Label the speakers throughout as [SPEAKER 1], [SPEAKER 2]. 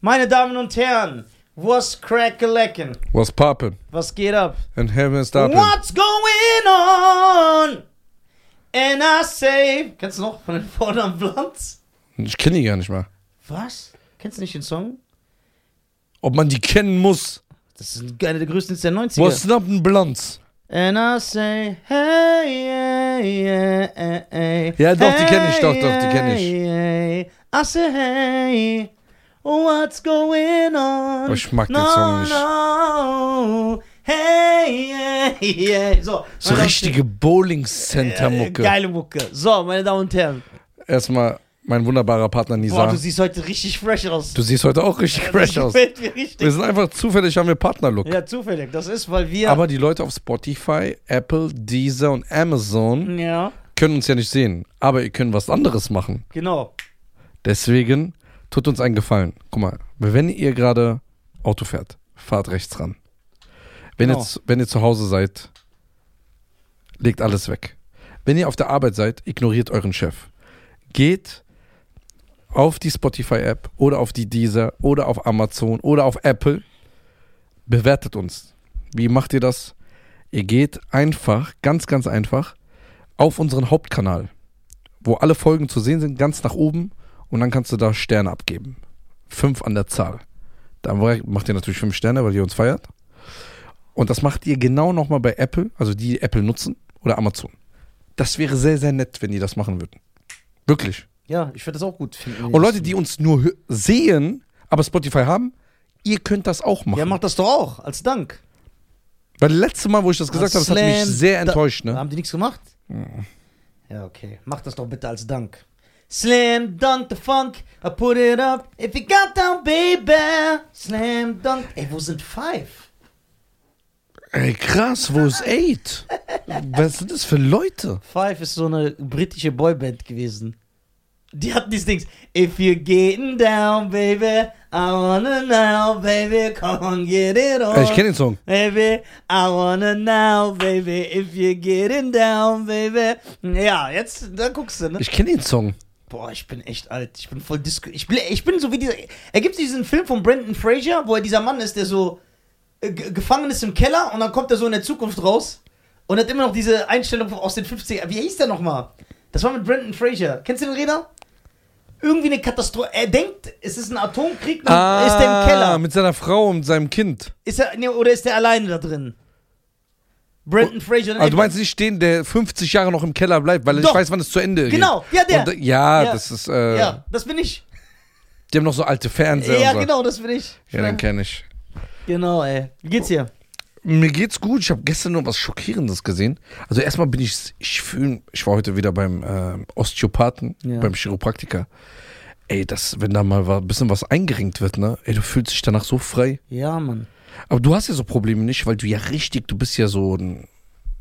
[SPEAKER 1] Meine Damen und Herren, was crack a lecken?
[SPEAKER 2] What's poppin'?
[SPEAKER 1] Was geht ab?
[SPEAKER 2] And heaven's stoppin'.
[SPEAKER 1] What's going on? And I say. Kennst du noch von den Vornamen Blunts?
[SPEAKER 2] Ich kenne die gar nicht mal.
[SPEAKER 1] Was? Kennst du nicht den Song?
[SPEAKER 2] Ob man die kennen muss.
[SPEAKER 1] Das ist einer der größten Hits der 90er.
[SPEAKER 2] What's up in Blunts?
[SPEAKER 1] And I say, hey, yeah, yeah, eh, eh.
[SPEAKER 2] Ja, doch, die kenn
[SPEAKER 1] Hey,
[SPEAKER 2] ich, doch, doch, die kenn ich.
[SPEAKER 1] yeah, yeah. I say, hey, what's going on?
[SPEAKER 2] Aber Oh, ich mag den Song nicht.
[SPEAKER 1] No, hey, yeah, yeah. So,
[SPEAKER 2] So
[SPEAKER 1] meine Damen und
[SPEAKER 2] richtige Bowling Center
[SPEAKER 1] Herren, äh,
[SPEAKER 2] Mucke.
[SPEAKER 1] Geile Mucke. So, meine Damen und Herren.
[SPEAKER 2] Erstmal mein wunderbarer Partner
[SPEAKER 1] Boah,
[SPEAKER 2] Nisa.
[SPEAKER 1] du
[SPEAKER 2] Du,
[SPEAKER 1] siehst heute richtig fresh aus.
[SPEAKER 2] siehst heute auch richtig fresh aus.
[SPEAKER 1] Das gefällt mir richtig.
[SPEAKER 2] Wir sind einfach zufällig, haben wir Partnerlook.
[SPEAKER 1] Ja, zufällig. Das ist, weil wir...
[SPEAKER 2] Aber die Leute auf Spotify, Apple, Deezer und Amazon
[SPEAKER 1] ja,
[SPEAKER 2] können uns ja nicht sehen. Aber ihr könnt was anderes machen.
[SPEAKER 1] genau.
[SPEAKER 2] Deswegen tut uns einen Gefallen. Guck mal, wenn ihr gerade Auto fährt, fahrt rechts ran. Wenn,
[SPEAKER 1] Genau.
[SPEAKER 2] ihr, zu- wenn ihr zu Hause seid, legt alles weg. Wenn ihr auf der Arbeit seid, ignoriert euren Chef. Geht auf die Spotify-App oder auf die Deezer oder auf Amazon oder auf Apple. Bewertet uns. Wie macht ihr das? Ihr geht einfach, ganz, ganz einfach, auf unseren Hauptkanal, wo alle Folgen zu sehen sind, ganz nach oben und dann kannst du da Sterne abgeben. Fünf an der Zahl. Dann macht ihr natürlich fünf Sterne, weil ihr uns feiert. Und das macht ihr genau nochmal bei Apple, also die die Apple nutzen oder Amazon. Das wäre sehr, sehr nett, wenn die das machen würden. Wirklich.
[SPEAKER 1] Ja, ich würde das auch gut finden.
[SPEAKER 2] Und Leute, die uns nur hö- sehen, aber Spotify haben, ihr könnt das auch machen.
[SPEAKER 1] Ja, mach das doch auch, als Dank.
[SPEAKER 2] weil letztes Mal, wo ich das gesagt habe, das hat mich
[SPEAKER 1] Slam
[SPEAKER 2] sehr
[SPEAKER 1] Dun-
[SPEAKER 2] enttäuscht.
[SPEAKER 1] Da
[SPEAKER 2] Ne?
[SPEAKER 1] haben die nichts gemacht? Ja, okay. Mach das doch bitte als Dank. Slam Dunk the Funk, I put it up. If you got down, baby. Slam Dunk. Ey, wo sind Five?
[SPEAKER 2] Ey, krass, wo ist Eight? Was sind das für Leute?
[SPEAKER 1] Five ist so eine britische Boyband gewesen. Die hatten dieses Dings. If you're getting down, baby, I wanna now, baby, come on, get it on.
[SPEAKER 2] Ey, ich kenne den Song.
[SPEAKER 1] Baby, I wanna now, baby, if you're getting down, baby. Ja, jetzt, da guckst du, ne?
[SPEAKER 2] Ich kenne den Song.
[SPEAKER 1] Boah, ich bin echt alt. Ich bin voll Disco. Ich bin, ich bin so wie dieser. Er gibt diesen Film von Brendan Fraser, wo er dieser Mann ist, der so äh, ge- gefangen ist im Keller und dann kommt er so in der Zukunft raus und hat immer noch diese Einstellung aus den 50er. Wie hieß der nochmal? Das war mit Brendan Fraser. Kennst du den Räder? Irgendwie eine Katastrophe. Er denkt, es ist ein Atomkrieg und ist er im Keller.
[SPEAKER 2] Ah, Mit seiner Frau und seinem Kind.
[SPEAKER 1] Ist er, nee, oder ist der alleine da drin? Brandon Fraser.
[SPEAKER 2] Also du meinst nicht den, der 50 Jahre noch im Keller bleibt, weil er
[SPEAKER 1] Doch.
[SPEAKER 2] nicht weiß, wann es zu Ende
[SPEAKER 1] Genau,
[SPEAKER 2] geht.
[SPEAKER 1] ja, der.
[SPEAKER 2] Und, äh, ja,
[SPEAKER 1] Ja.
[SPEAKER 2] das ist. Äh,
[SPEAKER 1] Ja, das bin ich.
[SPEAKER 2] Die haben noch so alte Fernseher.
[SPEAKER 1] Ja,
[SPEAKER 2] und so.
[SPEAKER 1] genau, das bin ich.
[SPEAKER 2] Ja, Oh. den kenne ich.
[SPEAKER 1] Genau, ey. Wie geht's dir?
[SPEAKER 2] Mir geht's gut. Ich habe gestern nur was Schockierendes gesehen. Also erstmal bin ich, ich fühle, ich war heute wieder beim äh, Osteopathen,
[SPEAKER 1] Ja.
[SPEAKER 2] beim Chiropraktiker. Ey, das, wenn da mal wa- ein bisschen was eingeringt wird, ne? Ey, du fühlst dich danach so frei.
[SPEAKER 1] Ja, Mann.
[SPEAKER 2] Aber du hast ja so Probleme nicht, weil du ja richtig, du bist ja so ein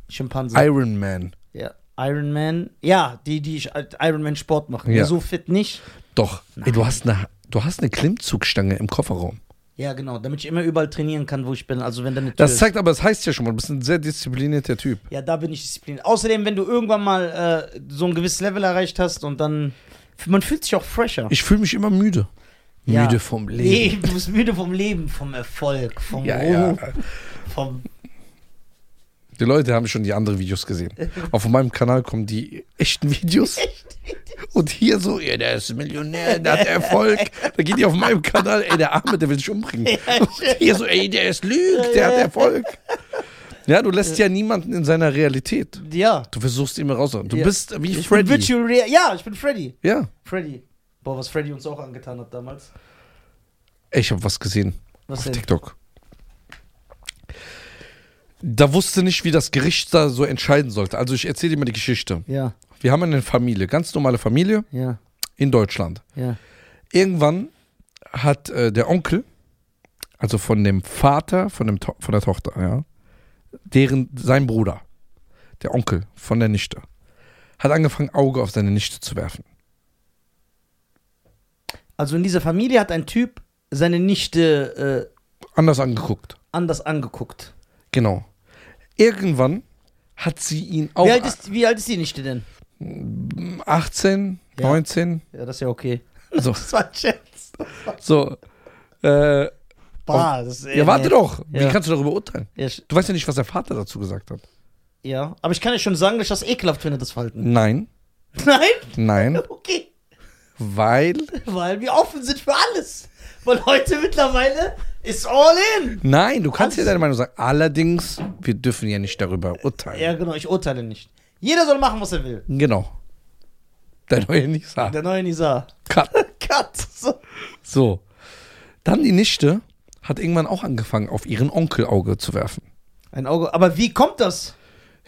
[SPEAKER 1] Schimpanse.
[SPEAKER 2] Iron Man.
[SPEAKER 1] ja. Iron Man. Ja, die, die Sch- Iron Man Sport machen.
[SPEAKER 2] Ja.
[SPEAKER 1] Ja. So fit nicht.
[SPEAKER 2] Doch. Ey, du hast eine, du hast eine Klimmzugstange im Kofferraum.
[SPEAKER 1] Ja, genau. Damit ich immer überall trainieren kann, wo ich bin. Also, wenn da eine Tür
[SPEAKER 2] Das
[SPEAKER 1] ist.
[SPEAKER 2] zeigt aber, das heißt ja schon mal, du bist ein sehr disziplinierter Typ.
[SPEAKER 1] Ja, da bin ich diszipliniert. Außerdem, wenn du irgendwann mal äh, so ein gewisses Level erreicht hast und dann. Man fühlt sich auch fresher.
[SPEAKER 2] Ich fühle mich immer müde.
[SPEAKER 1] Ja.
[SPEAKER 2] Müde vom Leben.
[SPEAKER 1] Nee, du bist müde vom Leben, vom Erfolg, vom
[SPEAKER 2] Ja,
[SPEAKER 1] Ruhm,
[SPEAKER 2] ja.
[SPEAKER 1] vom
[SPEAKER 2] Die Leute haben schon die anderen Videos gesehen. Auf meinem Kanal kommen die echten Videos. Und hier so, ja, der ist Millionär, der hat Erfolg. Da geht die auf meinem Kanal, ey, der Arme, der will sich umbringen. Und hier so, ey, der ist Lüg, der hat Erfolg. Ja, du lässt ja niemanden in seiner Realität.
[SPEAKER 1] Ja.
[SPEAKER 2] Du versuchst immer raus. Du
[SPEAKER 1] Ja.
[SPEAKER 2] bist wie
[SPEAKER 1] Ich bin
[SPEAKER 2] Freddy.
[SPEAKER 1] Virtual Rea ja, ich bin Freddy.
[SPEAKER 2] Ja.
[SPEAKER 1] Freddy. Boah, was Freddy uns auch angetan hat damals.
[SPEAKER 2] Ey, Ich habe was gesehen.
[SPEAKER 1] Was
[SPEAKER 2] auf
[SPEAKER 1] denn?
[SPEAKER 2] TikTok. Da wusste nicht, wie das Gericht da so entscheiden sollte. Also ich erzähle dir mal die Geschichte.
[SPEAKER 1] Ja,
[SPEAKER 2] Wir haben eine Familie, ganz normale Familie
[SPEAKER 1] ja,
[SPEAKER 2] in Deutschland.
[SPEAKER 1] ja.
[SPEAKER 2] Irgendwann hat äh, der Onkel, also von dem Vater von, dem to von der Tochter, ja, deren sein Bruder, der Onkel von der Nichte, hat angefangen, Auge auf seine Nichte zu werfen.
[SPEAKER 1] Also in dieser Familie hat ein Typ seine Nichte äh,
[SPEAKER 2] Anders angeguckt.
[SPEAKER 1] anders angeguckt.
[SPEAKER 2] Genau. Irgendwann hat sie ihn auch
[SPEAKER 1] Wie alt, ist, wie alt ist die Nichte denn?
[SPEAKER 2] 18,
[SPEAKER 1] Ja.
[SPEAKER 2] 19,
[SPEAKER 1] Ja, das ist ja okay.
[SPEAKER 2] so,
[SPEAKER 1] Das war ein Scherz.
[SPEAKER 2] so Äh,
[SPEAKER 1] Bah, das ist,
[SPEAKER 2] ja, warte
[SPEAKER 1] nee.
[SPEAKER 2] doch. Wie
[SPEAKER 1] Oh. Ja.
[SPEAKER 2] kannst du darüber urteilen?
[SPEAKER 1] Ja, sch-
[SPEAKER 2] Du weißt ja nicht, was der Vater dazu gesagt hat.
[SPEAKER 1] ja, aber ich kann ja schon sagen, dass ich das ekelhaft finde, das Verhalten.
[SPEAKER 2] Nein,
[SPEAKER 1] Nein?
[SPEAKER 2] nein,
[SPEAKER 1] Okay.
[SPEAKER 2] weil.
[SPEAKER 1] Weil wir offen sind für alles. Weil heute mittlerweile ist all in.
[SPEAKER 2] Nein, du kannst ja
[SPEAKER 1] Alles-
[SPEAKER 2] deine Meinung sagen. Allerdings, wir dürfen ja nicht darüber urteilen.
[SPEAKER 1] Ja, genau, ich urteile nicht. Jeder soll machen, was er will.
[SPEAKER 2] Genau. Dein neuer Nisa.
[SPEAKER 1] Der neue Nisa.
[SPEAKER 2] Cut.
[SPEAKER 1] Cut. So.
[SPEAKER 2] So. Dann die Nichte hat irgendwann auch angefangen, auf ihren Onkel Auge zu werfen.
[SPEAKER 1] Ein Auge. Aber wie kommt das?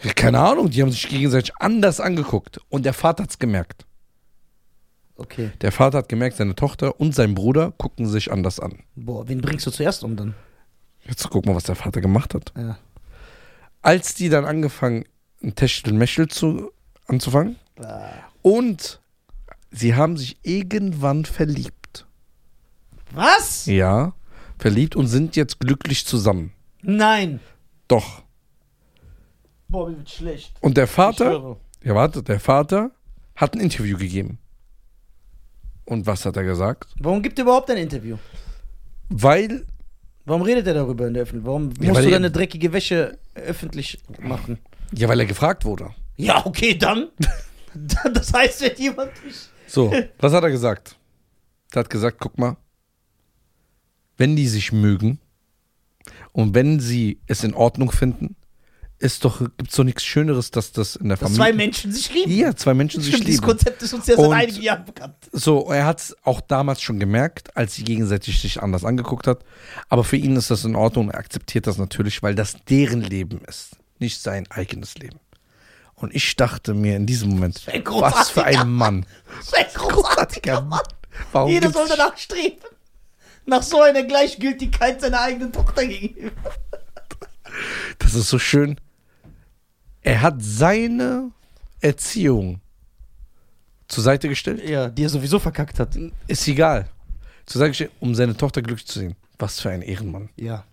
[SPEAKER 2] Ja, Keine Ahnung, die haben sich gegenseitig anders angeguckt. Und der Vater hat's gemerkt.
[SPEAKER 1] Okay.
[SPEAKER 2] Der Vater hat gemerkt, seine Tochter und sein Bruder gucken sich anders an.
[SPEAKER 1] Boah, wen bringst du zuerst um dann?
[SPEAKER 2] Jetzt guck mal, was der Vater gemacht hat.
[SPEAKER 1] Ja.
[SPEAKER 2] Als die dann angefangen, ein Techtelmechtel zu, anzufangen und sie haben sich irgendwann verliebt.
[SPEAKER 1] Was?
[SPEAKER 2] Ja, verliebt und sind jetzt glücklich zusammen.
[SPEAKER 1] Nein.
[SPEAKER 2] Doch.
[SPEAKER 1] Boah, mir wird schlecht.
[SPEAKER 2] Und der
[SPEAKER 1] Ich
[SPEAKER 2] Vater,
[SPEAKER 1] höre.
[SPEAKER 2] ja warte, der Vater hat ein Interview gegeben. Und was hat er gesagt?
[SPEAKER 1] Warum gibt er überhaupt ein Interview?
[SPEAKER 2] Weil,
[SPEAKER 1] Warum redet er darüber in der Öffentlichkeit? Warum
[SPEAKER 2] Ja,
[SPEAKER 1] musst
[SPEAKER 2] weil
[SPEAKER 1] du
[SPEAKER 2] er-
[SPEAKER 1] deine dreckige Wäsche öffentlich machen?
[SPEAKER 2] ja, weil er gefragt wurde.
[SPEAKER 1] Ja, okay, dann. Dann- das heißt, wenn jemand mich.
[SPEAKER 2] So, was hat er gesagt? Er hat gesagt, guck mal, wenn die sich mögen und wenn sie es in Ordnung finden, ist doch, gibt's doch nichts Schöneres, dass das in der
[SPEAKER 1] Dass zwei
[SPEAKER 2] Familie...
[SPEAKER 1] Menschen sich lieben.
[SPEAKER 2] ja, zwei Menschen sich
[SPEAKER 1] Stimmt, dieses
[SPEAKER 2] lieben.
[SPEAKER 1] Konzept ist uns ja seit
[SPEAKER 2] Und-
[SPEAKER 1] einigen Jahren bekannt.
[SPEAKER 2] So, er hat es auch damals schon gemerkt, als sie gegenseitig sich anders angeguckt hat. Aber für ihn ist das in Ordnung und er akzeptiert das natürlich, weil das deren Leben ist, nicht sein eigenes Leben. Und ich dachte mir in diesem Moment,
[SPEAKER 1] ein großartiger
[SPEAKER 2] was für ein Mann.
[SPEAKER 1] Das ist ein großartiger Mann.
[SPEAKER 2] Warum
[SPEAKER 1] Jeder
[SPEAKER 2] gibt's-
[SPEAKER 1] soll danach streben. Nach so einer Gleichgültigkeit seiner eigenen Tochter gegenüber.
[SPEAKER 2] Das ist so schön. Er hat seine Erziehung zur Seite gestellt.
[SPEAKER 1] Ja, die er sowieso verkackt hat.
[SPEAKER 2] Ist egal. Zur Seite gestellt, um seine Tochter glücklich zu sehen. Was für ein Ehrenmann.
[SPEAKER 1] Ja.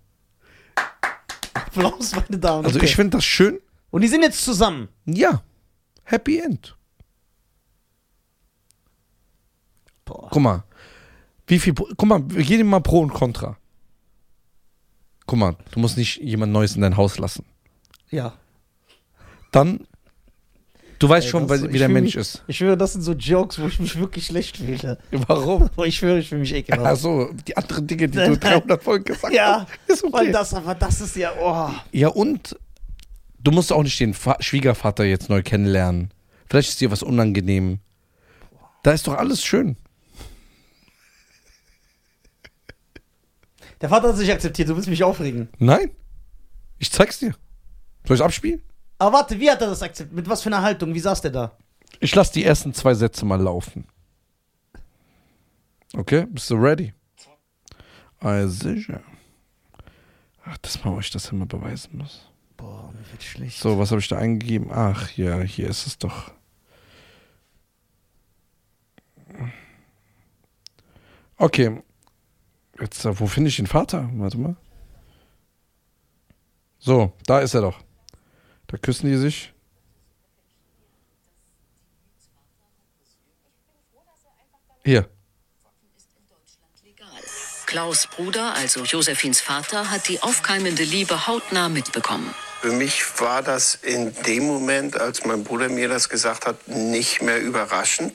[SPEAKER 1] Applaus, meine Damen und
[SPEAKER 2] Also ich
[SPEAKER 1] Herren.
[SPEAKER 2] finde das schön.
[SPEAKER 1] Und die sind jetzt zusammen.
[SPEAKER 2] Ja. Happy End.
[SPEAKER 1] Boah.
[SPEAKER 2] Guck mal. Wie viel. Pro- Guck mal, wir gehen mal Pro und Contra. Guck mal, du musst nicht jemand Neues in dein Haus lassen.
[SPEAKER 1] Ja.
[SPEAKER 2] Dann. Du weißt
[SPEAKER 1] Ey,
[SPEAKER 2] schon,
[SPEAKER 1] das-
[SPEAKER 2] weil- wie
[SPEAKER 1] ich
[SPEAKER 2] der
[SPEAKER 1] fühl mich,
[SPEAKER 2] Mensch ist.
[SPEAKER 1] Ich schwöre, das sind so Jokes, wo ich mich wirklich schlecht fühle.
[SPEAKER 2] Warum?
[SPEAKER 1] Boah, ich schwöre, ich fühle mich ekelhaft.
[SPEAKER 2] Also, die anderen Dinge, die du 300 Folgen gesagt
[SPEAKER 1] Genau. Ja,
[SPEAKER 2] hast, ist
[SPEAKER 1] weil
[SPEAKER 2] okay.
[SPEAKER 1] das, aber das ist ja, oh.
[SPEAKER 2] Ja, und du musst auch nicht den Fa Schwiegervater jetzt neu kennenlernen. Vielleicht ist dir was unangenehm. Da ist doch alles schön.
[SPEAKER 1] Der Vater hat es nicht akzeptiert, du willst mich aufregen.
[SPEAKER 2] Nein. Ich zeig's dir. Soll ich abspielen?
[SPEAKER 1] Aber warte, wie hat er das akzeptiert? Mit was für einer Haltung? Wie saß der da?
[SPEAKER 2] Ich lass die ersten zwei Sätze mal laufen. Okay, bist du ready? Ah, sicher. Ach, dass man euch das immer beweisen muss.
[SPEAKER 1] Boah, mir wird schlecht.
[SPEAKER 2] So, was habe ich da eingegeben? Ach ja, hier ist es doch. Okay. Jetzt, äh, wo finde ich den Vater? Warte mal. So, da ist er doch. Da küssen die sich. Hier.
[SPEAKER 3] Klaus Bruder, also Josephins Vater, hat die aufkeimende Liebe hautnah mitbekommen.
[SPEAKER 4] Für mich war das in dem Moment, als mein Bruder mir das gesagt hat, nicht mehr überraschend,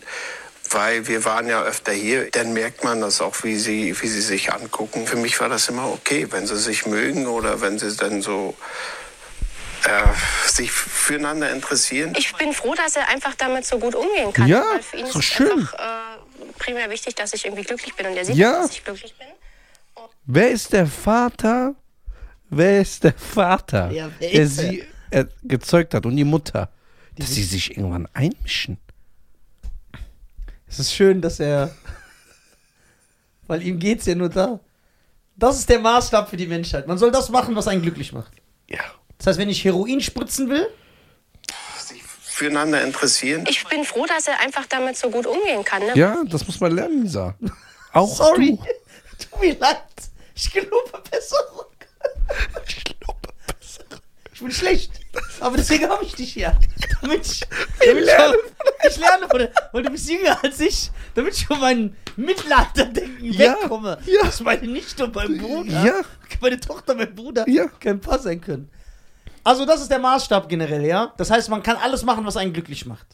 [SPEAKER 4] weil wir waren ja öfter hier. Dann merkt man das auch, wie sie, wie sie sich angucken. Für mich war das immer okay, wenn sie sich mögen oder wenn sie dann so äh, sich füreinander interessieren.
[SPEAKER 5] Ich bin froh, dass er einfach damit so gut umgehen kann.
[SPEAKER 2] Ja,
[SPEAKER 5] weil für ihn
[SPEAKER 2] ist
[SPEAKER 5] ist
[SPEAKER 2] doch schön.
[SPEAKER 5] einfach äh, primär wichtig, dass ich irgendwie glücklich bin. Und er sieht,
[SPEAKER 2] Ja.
[SPEAKER 5] dass ich glücklich bin.
[SPEAKER 2] Wer ist der Vater? Wer ist der Vater,
[SPEAKER 1] Ja, wer
[SPEAKER 2] der
[SPEAKER 1] ist er?
[SPEAKER 2] sie äh, gezeugt hat und die Mutter? Dass sie sich irgendwann einmischen.
[SPEAKER 1] Es ist schön, dass er. Weil ihm geht's ja nur da. Das ist der Maßstab für die Menschheit. Man soll das machen, was einen glücklich macht.
[SPEAKER 2] Ja.
[SPEAKER 1] Das heißt, wenn ich Heroin spritzen will,
[SPEAKER 4] Sich füreinander interessieren.
[SPEAKER 5] Ich bin froh, dass er einfach damit so gut umgehen kann. Ne?
[SPEAKER 2] Ja, das muss man lernen, Lisa. Auch
[SPEAKER 1] sorry,
[SPEAKER 2] du.
[SPEAKER 1] tut mir leid. Ich gelobe Besserung.
[SPEAKER 2] Ich glaube,
[SPEAKER 1] Ich bin schlecht. Aber deswegen habe ich dich hier. Damit ich, damit ich,
[SPEAKER 2] lerne
[SPEAKER 1] ich lerne, oder? Weil du bist jünger als ich. Damit ich von meinen Mittelalterdenken
[SPEAKER 2] Ja,
[SPEAKER 1] wegkomme.
[SPEAKER 2] ja.
[SPEAKER 1] Dass meine Nichte und mein Bruder,
[SPEAKER 2] Ja.
[SPEAKER 1] meine Tochter, mein Bruder
[SPEAKER 2] Ja.
[SPEAKER 1] kein Paar sein können. Also das ist der Maßstab generell, ja. Das heißt, man kann alles machen, was einen glücklich macht.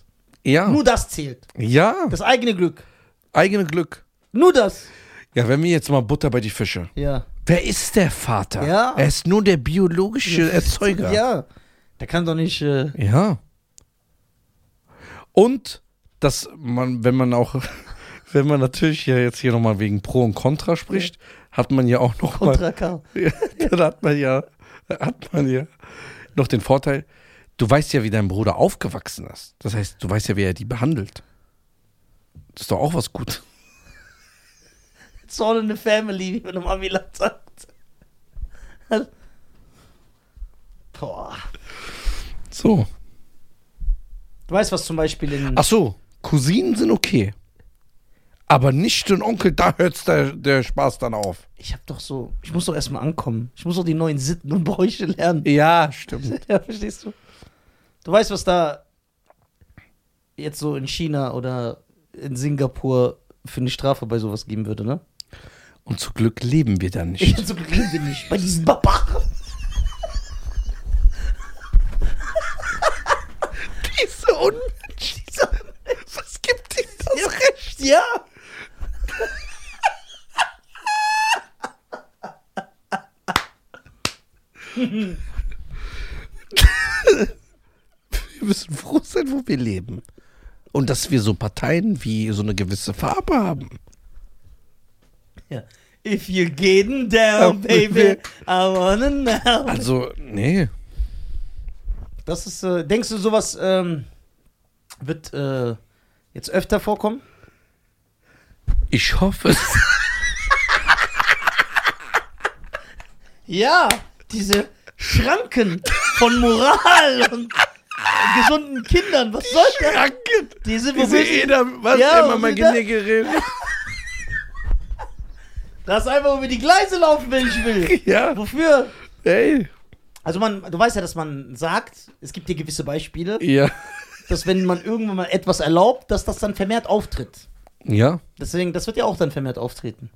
[SPEAKER 2] Ja.
[SPEAKER 1] Nur das zählt.
[SPEAKER 2] Ja.
[SPEAKER 1] Das eigene Glück.
[SPEAKER 2] Eigene Glück.
[SPEAKER 1] Nur das.
[SPEAKER 2] Ja, wenn wir jetzt mal Butter bei die Fische.
[SPEAKER 1] Ja.
[SPEAKER 2] Wer ist der Vater?
[SPEAKER 1] Ja.
[SPEAKER 2] Er ist nur der biologische Erzeuger.
[SPEAKER 1] Ja. Der kann doch nicht. Äh,
[SPEAKER 2] Ja. Und dass man, wenn man auch, wenn man natürlich ja jetzt hier nochmal wegen Pro und Contra spricht, hat man ja auch nochmal,
[SPEAKER 1] Contra K.
[SPEAKER 2] ja, dann hat man ja, hat man ja noch den Vorteil, du weißt ja, wie dein Bruder aufgewachsen ist. Das heißt, du weißt ja, wie er die behandelt. Das ist doch auch was Gutes.
[SPEAKER 1] It's all in the family, wie man im Amiland sagt. Boah.
[SPEAKER 2] So.
[SPEAKER 1] Du weißt, was zum Beispiel in.
[SPEAKER 2] Ach so, Cousinen sind okay. Aber nicht und Onkel, da hört der, der Spaß dann auf.
[SPEAKER 1] Ich hab doch so. Ich muss doch erstmal ankommen. Ich muss doch die neuen Sitten und Bräuche lernen.
[SPEAKER 2] Ja, stimmt.
[SPEAKER 1] Ja, verstehst du? Du weißt, was da jetzt so in China oder in Singapur für eine Strafe bei sowas geben würde, ne?
[SPEAKER 2] Und zum Glück leben wir da nicht.
[SPEAKER 1] Ich bin so glücklich bin ich bei diesen Barbaren.
[SPEAKER 2] Diese Unmenschen. Was gibt ihnen das Recht?
[SPEAKER 1] Ja!
[SPEAKER 2] Wir müssen froh sein, wo wir leben. Und dass wir so Parteien wie so eine gewisse Farbe haben.
[SPEAKER 1] ja. If you're getting down,
[SPEAKER 2] Oh,
[SPEAKER 1] baby, I wanna know.
[SPEAKER 2] Also, nee.
[SPEAKER 1] Das ist, äh, denkst du, sowas ähm, wird äh, jetzt öfter vorkommen?
[SPEAKER 2] Ich hoffe es.
[SPEAKER 1] Ja, diese Schranken von Moral und gesunden Kindern, was soll das?
[SPEAKER 2] Danke.
[SPEAKER 1] Diese,
[SPEAKER 2] Diese Eder, was
[SPEAKER 1] Ja,
[SPEAKER 2] immer
[SPEAKER 1] was
[SPEAKER 2] mein
[SPEAKER 1] ist das?
[SPEAKER 2] Genick geredet.
[SPEAKER 1] Das ist einfach über die Gleise laufen, wenn ich will.
[SPEAKER 2] Ja.
[SPEAKER 1] Wofür?
[SPEAKER 2] Ey.
[SPEAKER 1] Also man, du weißt ja, dass man sagt, es gibt hier gewisse Beispiele,
[SPEAKER 2] Ja.
[SPEAKER 1] dass wenn man irgendwann mal etwas erlaubt, dass das dann vermehrt auftritt.
[SPEAKER 2] Ja.
[SPEAKER 1] Deswegen, das wird ja auch dann vermehrt auftreten.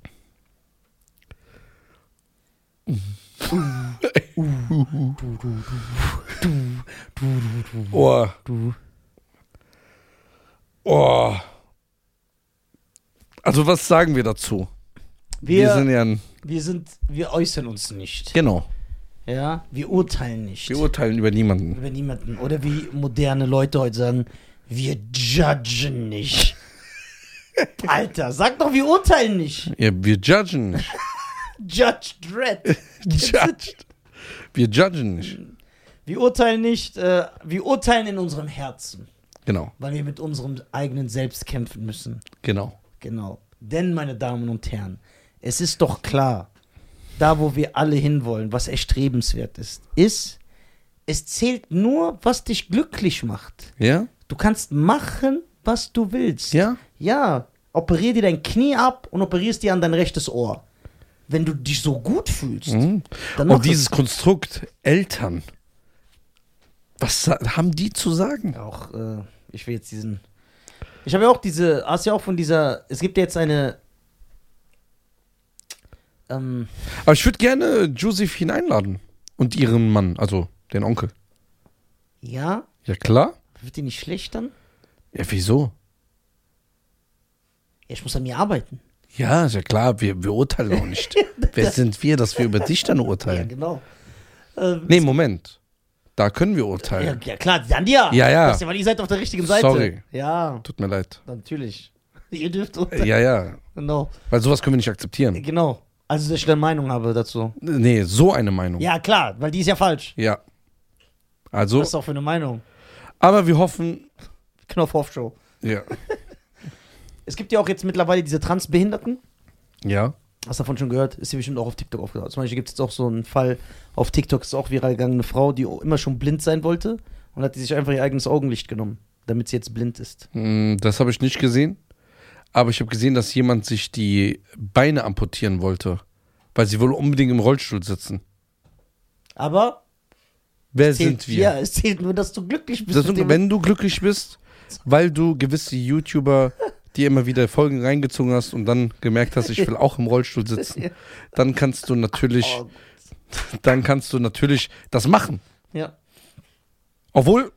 [SPEAKER 2] Oh. Oh. Also, was sagen wir dazu?
[SPEAKER 1] Wir,
[SPEAKER 2] wir sind ja ein.
[SPEAKER 1] wir sind, wir äußern uns nicht.
[SPEAKER 2] Genau.
[SPEAKER 1] Ja, wir urteilen nicht
[SPEAKER 2] Wir urteilen über niemanden.
[SPEAKER 1] über niemanden. Oder wie moderne Leute heute sagen, wir judgen nicht. Alter, sag doch, wir urteilen nicht.
[SPEAKER 2] Ja, wir judgen nicht.
[SPEAKER 1] Judge Dredd.
[SPEAKER 2] Judged. Wir judgen nicht.
[SPEAKER 1] Wir urteilen nicht, äh, wir urteilen in unserem Herzen,
[SPEAKER 2] Genau,
[SPEAKER 1] weil wir mit unserem eigenen Selbst kämpfen müssen.
[SPEAKER 2] genau.
[SPEAKER 1] Genau. Denn, meine Damen und Herren, es ist doch klar, da wo wir alle hinwollen, was erstrebenswert ist, ist, es zählt nur, was dich glücklich macht.
[SPEAKER 2] Ja?
[SPEAKER 1] Du kannst machen, was du willst.
[SPEAKER 2] Ja?
[SPEAKER 1] Ja. Operier dir dein Knie ab und operierst dir an dein rechtes Ohr. Wenn du dich so gut fühlst, dann mach
[SPEAKER 2] Mhm. Und dieses Konstrukt Eltern, was sa- haben die zu sagen?
[SPEAKER 1] auch, äh, ich will jetzt diesen. Ich habe ja auch diese, hast ja auch von dieser, es gibt ja jetzt eine. Ähm,
[SPEAKER 2] Aber ich würde gerne Josephine einladen und ihren Mann, also den Onkel.
[SPEAKER 1] ja,
[SPEAKER 2] Ja, klar.
[SPEAKER 1] wird die nicht schlecht dann?
[SPEAKER 2] Ja, wieso?
[SPEAKER 1] Ja, ich muss an mir arbeiten.
[SPEAKER 2] Ja, ist ja klar, wir, wir urteilen auch nicht. Wer sind wir, dass wir über dich dann
[SPEAKER 1] Ja,
[SPEAKER 2] urteilen?
[SPEAKER 1] genau. Ähm,
[SPEAKER 2] Nee, Moment. Da können wir
[SPEAKER 1] ja,
[SPEAKER 2] urteilen.
[SPEAKER 1] ja, klar, dann ja.
[SPEAKER 2] Ja, ja.
[SPEAKER 1] Das ist weil ihr seid auf der richtigen Seite.
[SPEAKER 2] Sorry.
[SPEAKER 1] Ja,
[SPEAKER 2] Tut mir leid.
[SPEAKER 1] natürlich. Ihr dürft unter.
[SPEAKER 2] Ja, ja.
[SPEAKER 1] Genau.
[SPEAKER 2] Weil sowas können wir nicht akzeptieren.
[SPEAKER 1] genau. Also, dass ich eine Meinung habe dazu.
[SPEAKER 2] Nee, so eine Meinung.
[SPEAKER 1] Ja, klar, weil die ist ja falsch.
[SPEAKER 2] Ja. Also,
[SPEAKER 1] Was ist auch für eine Meinung?
[SPEAKER 2] aber wir hoffen,
[SPEAKER 1] Knopf-Off-Show.
[SPEAKER 2] ja.
[SPEAKER 1] Es gibt ja auch jetzt mittlerweile diese Transbehinderten.
[SPEAKER 2] Ja.
[SPEAKER 1] Hast du davon schon gehört? Ist dir bestimmt auch auf TikTok aufgetaucht. Zum Beispiel gibt es jetzt auch so einen Fall, auf TikTok ist auch viral gegangen, eine Frau, die immer schon blind sein wollte und hat die sich einfach ihr eigenes Augenlicht genommen, damit sie jetzt blind ist.
[SPEAKER 2] Mm, Das habe ich nicht gesehen. Aber ich habe gesehen, dass jemand sich die Beine amputieren wollte, weil sie wohl unbedingt im Rollstuhl sitzen.
[SPEAKER 1] Aber
[SPEAKER 2] Wer
[SPEAKER 1] es zählt,
[SPEAKER 2] sind wir?
[SPEAKER 1] Ja, es zählt nur, dass du glücklich bist.
[SPEAKER 2] das
[SPEAKER 1] mit
[SPEAKER 2] ist,
[SPEAKER 1] dem-
[SPEAKER 2] wenn du glücklich bist, weil du gewisse YouTuber dir immer wieder Folgen reingezogen hast und dann gemerkt hast, ich will auch im Rollstuhl
[SPEAKER 1] Ja.
[SPEAKER 2] sitzen, dann kannst du natürlich,
[SPEAKER 1] Oh,
[SPEAKER 2] dann kannst du natürlich das machen.
[SPEAKER 1] ja.
[SPEAKER 2] Obwohl,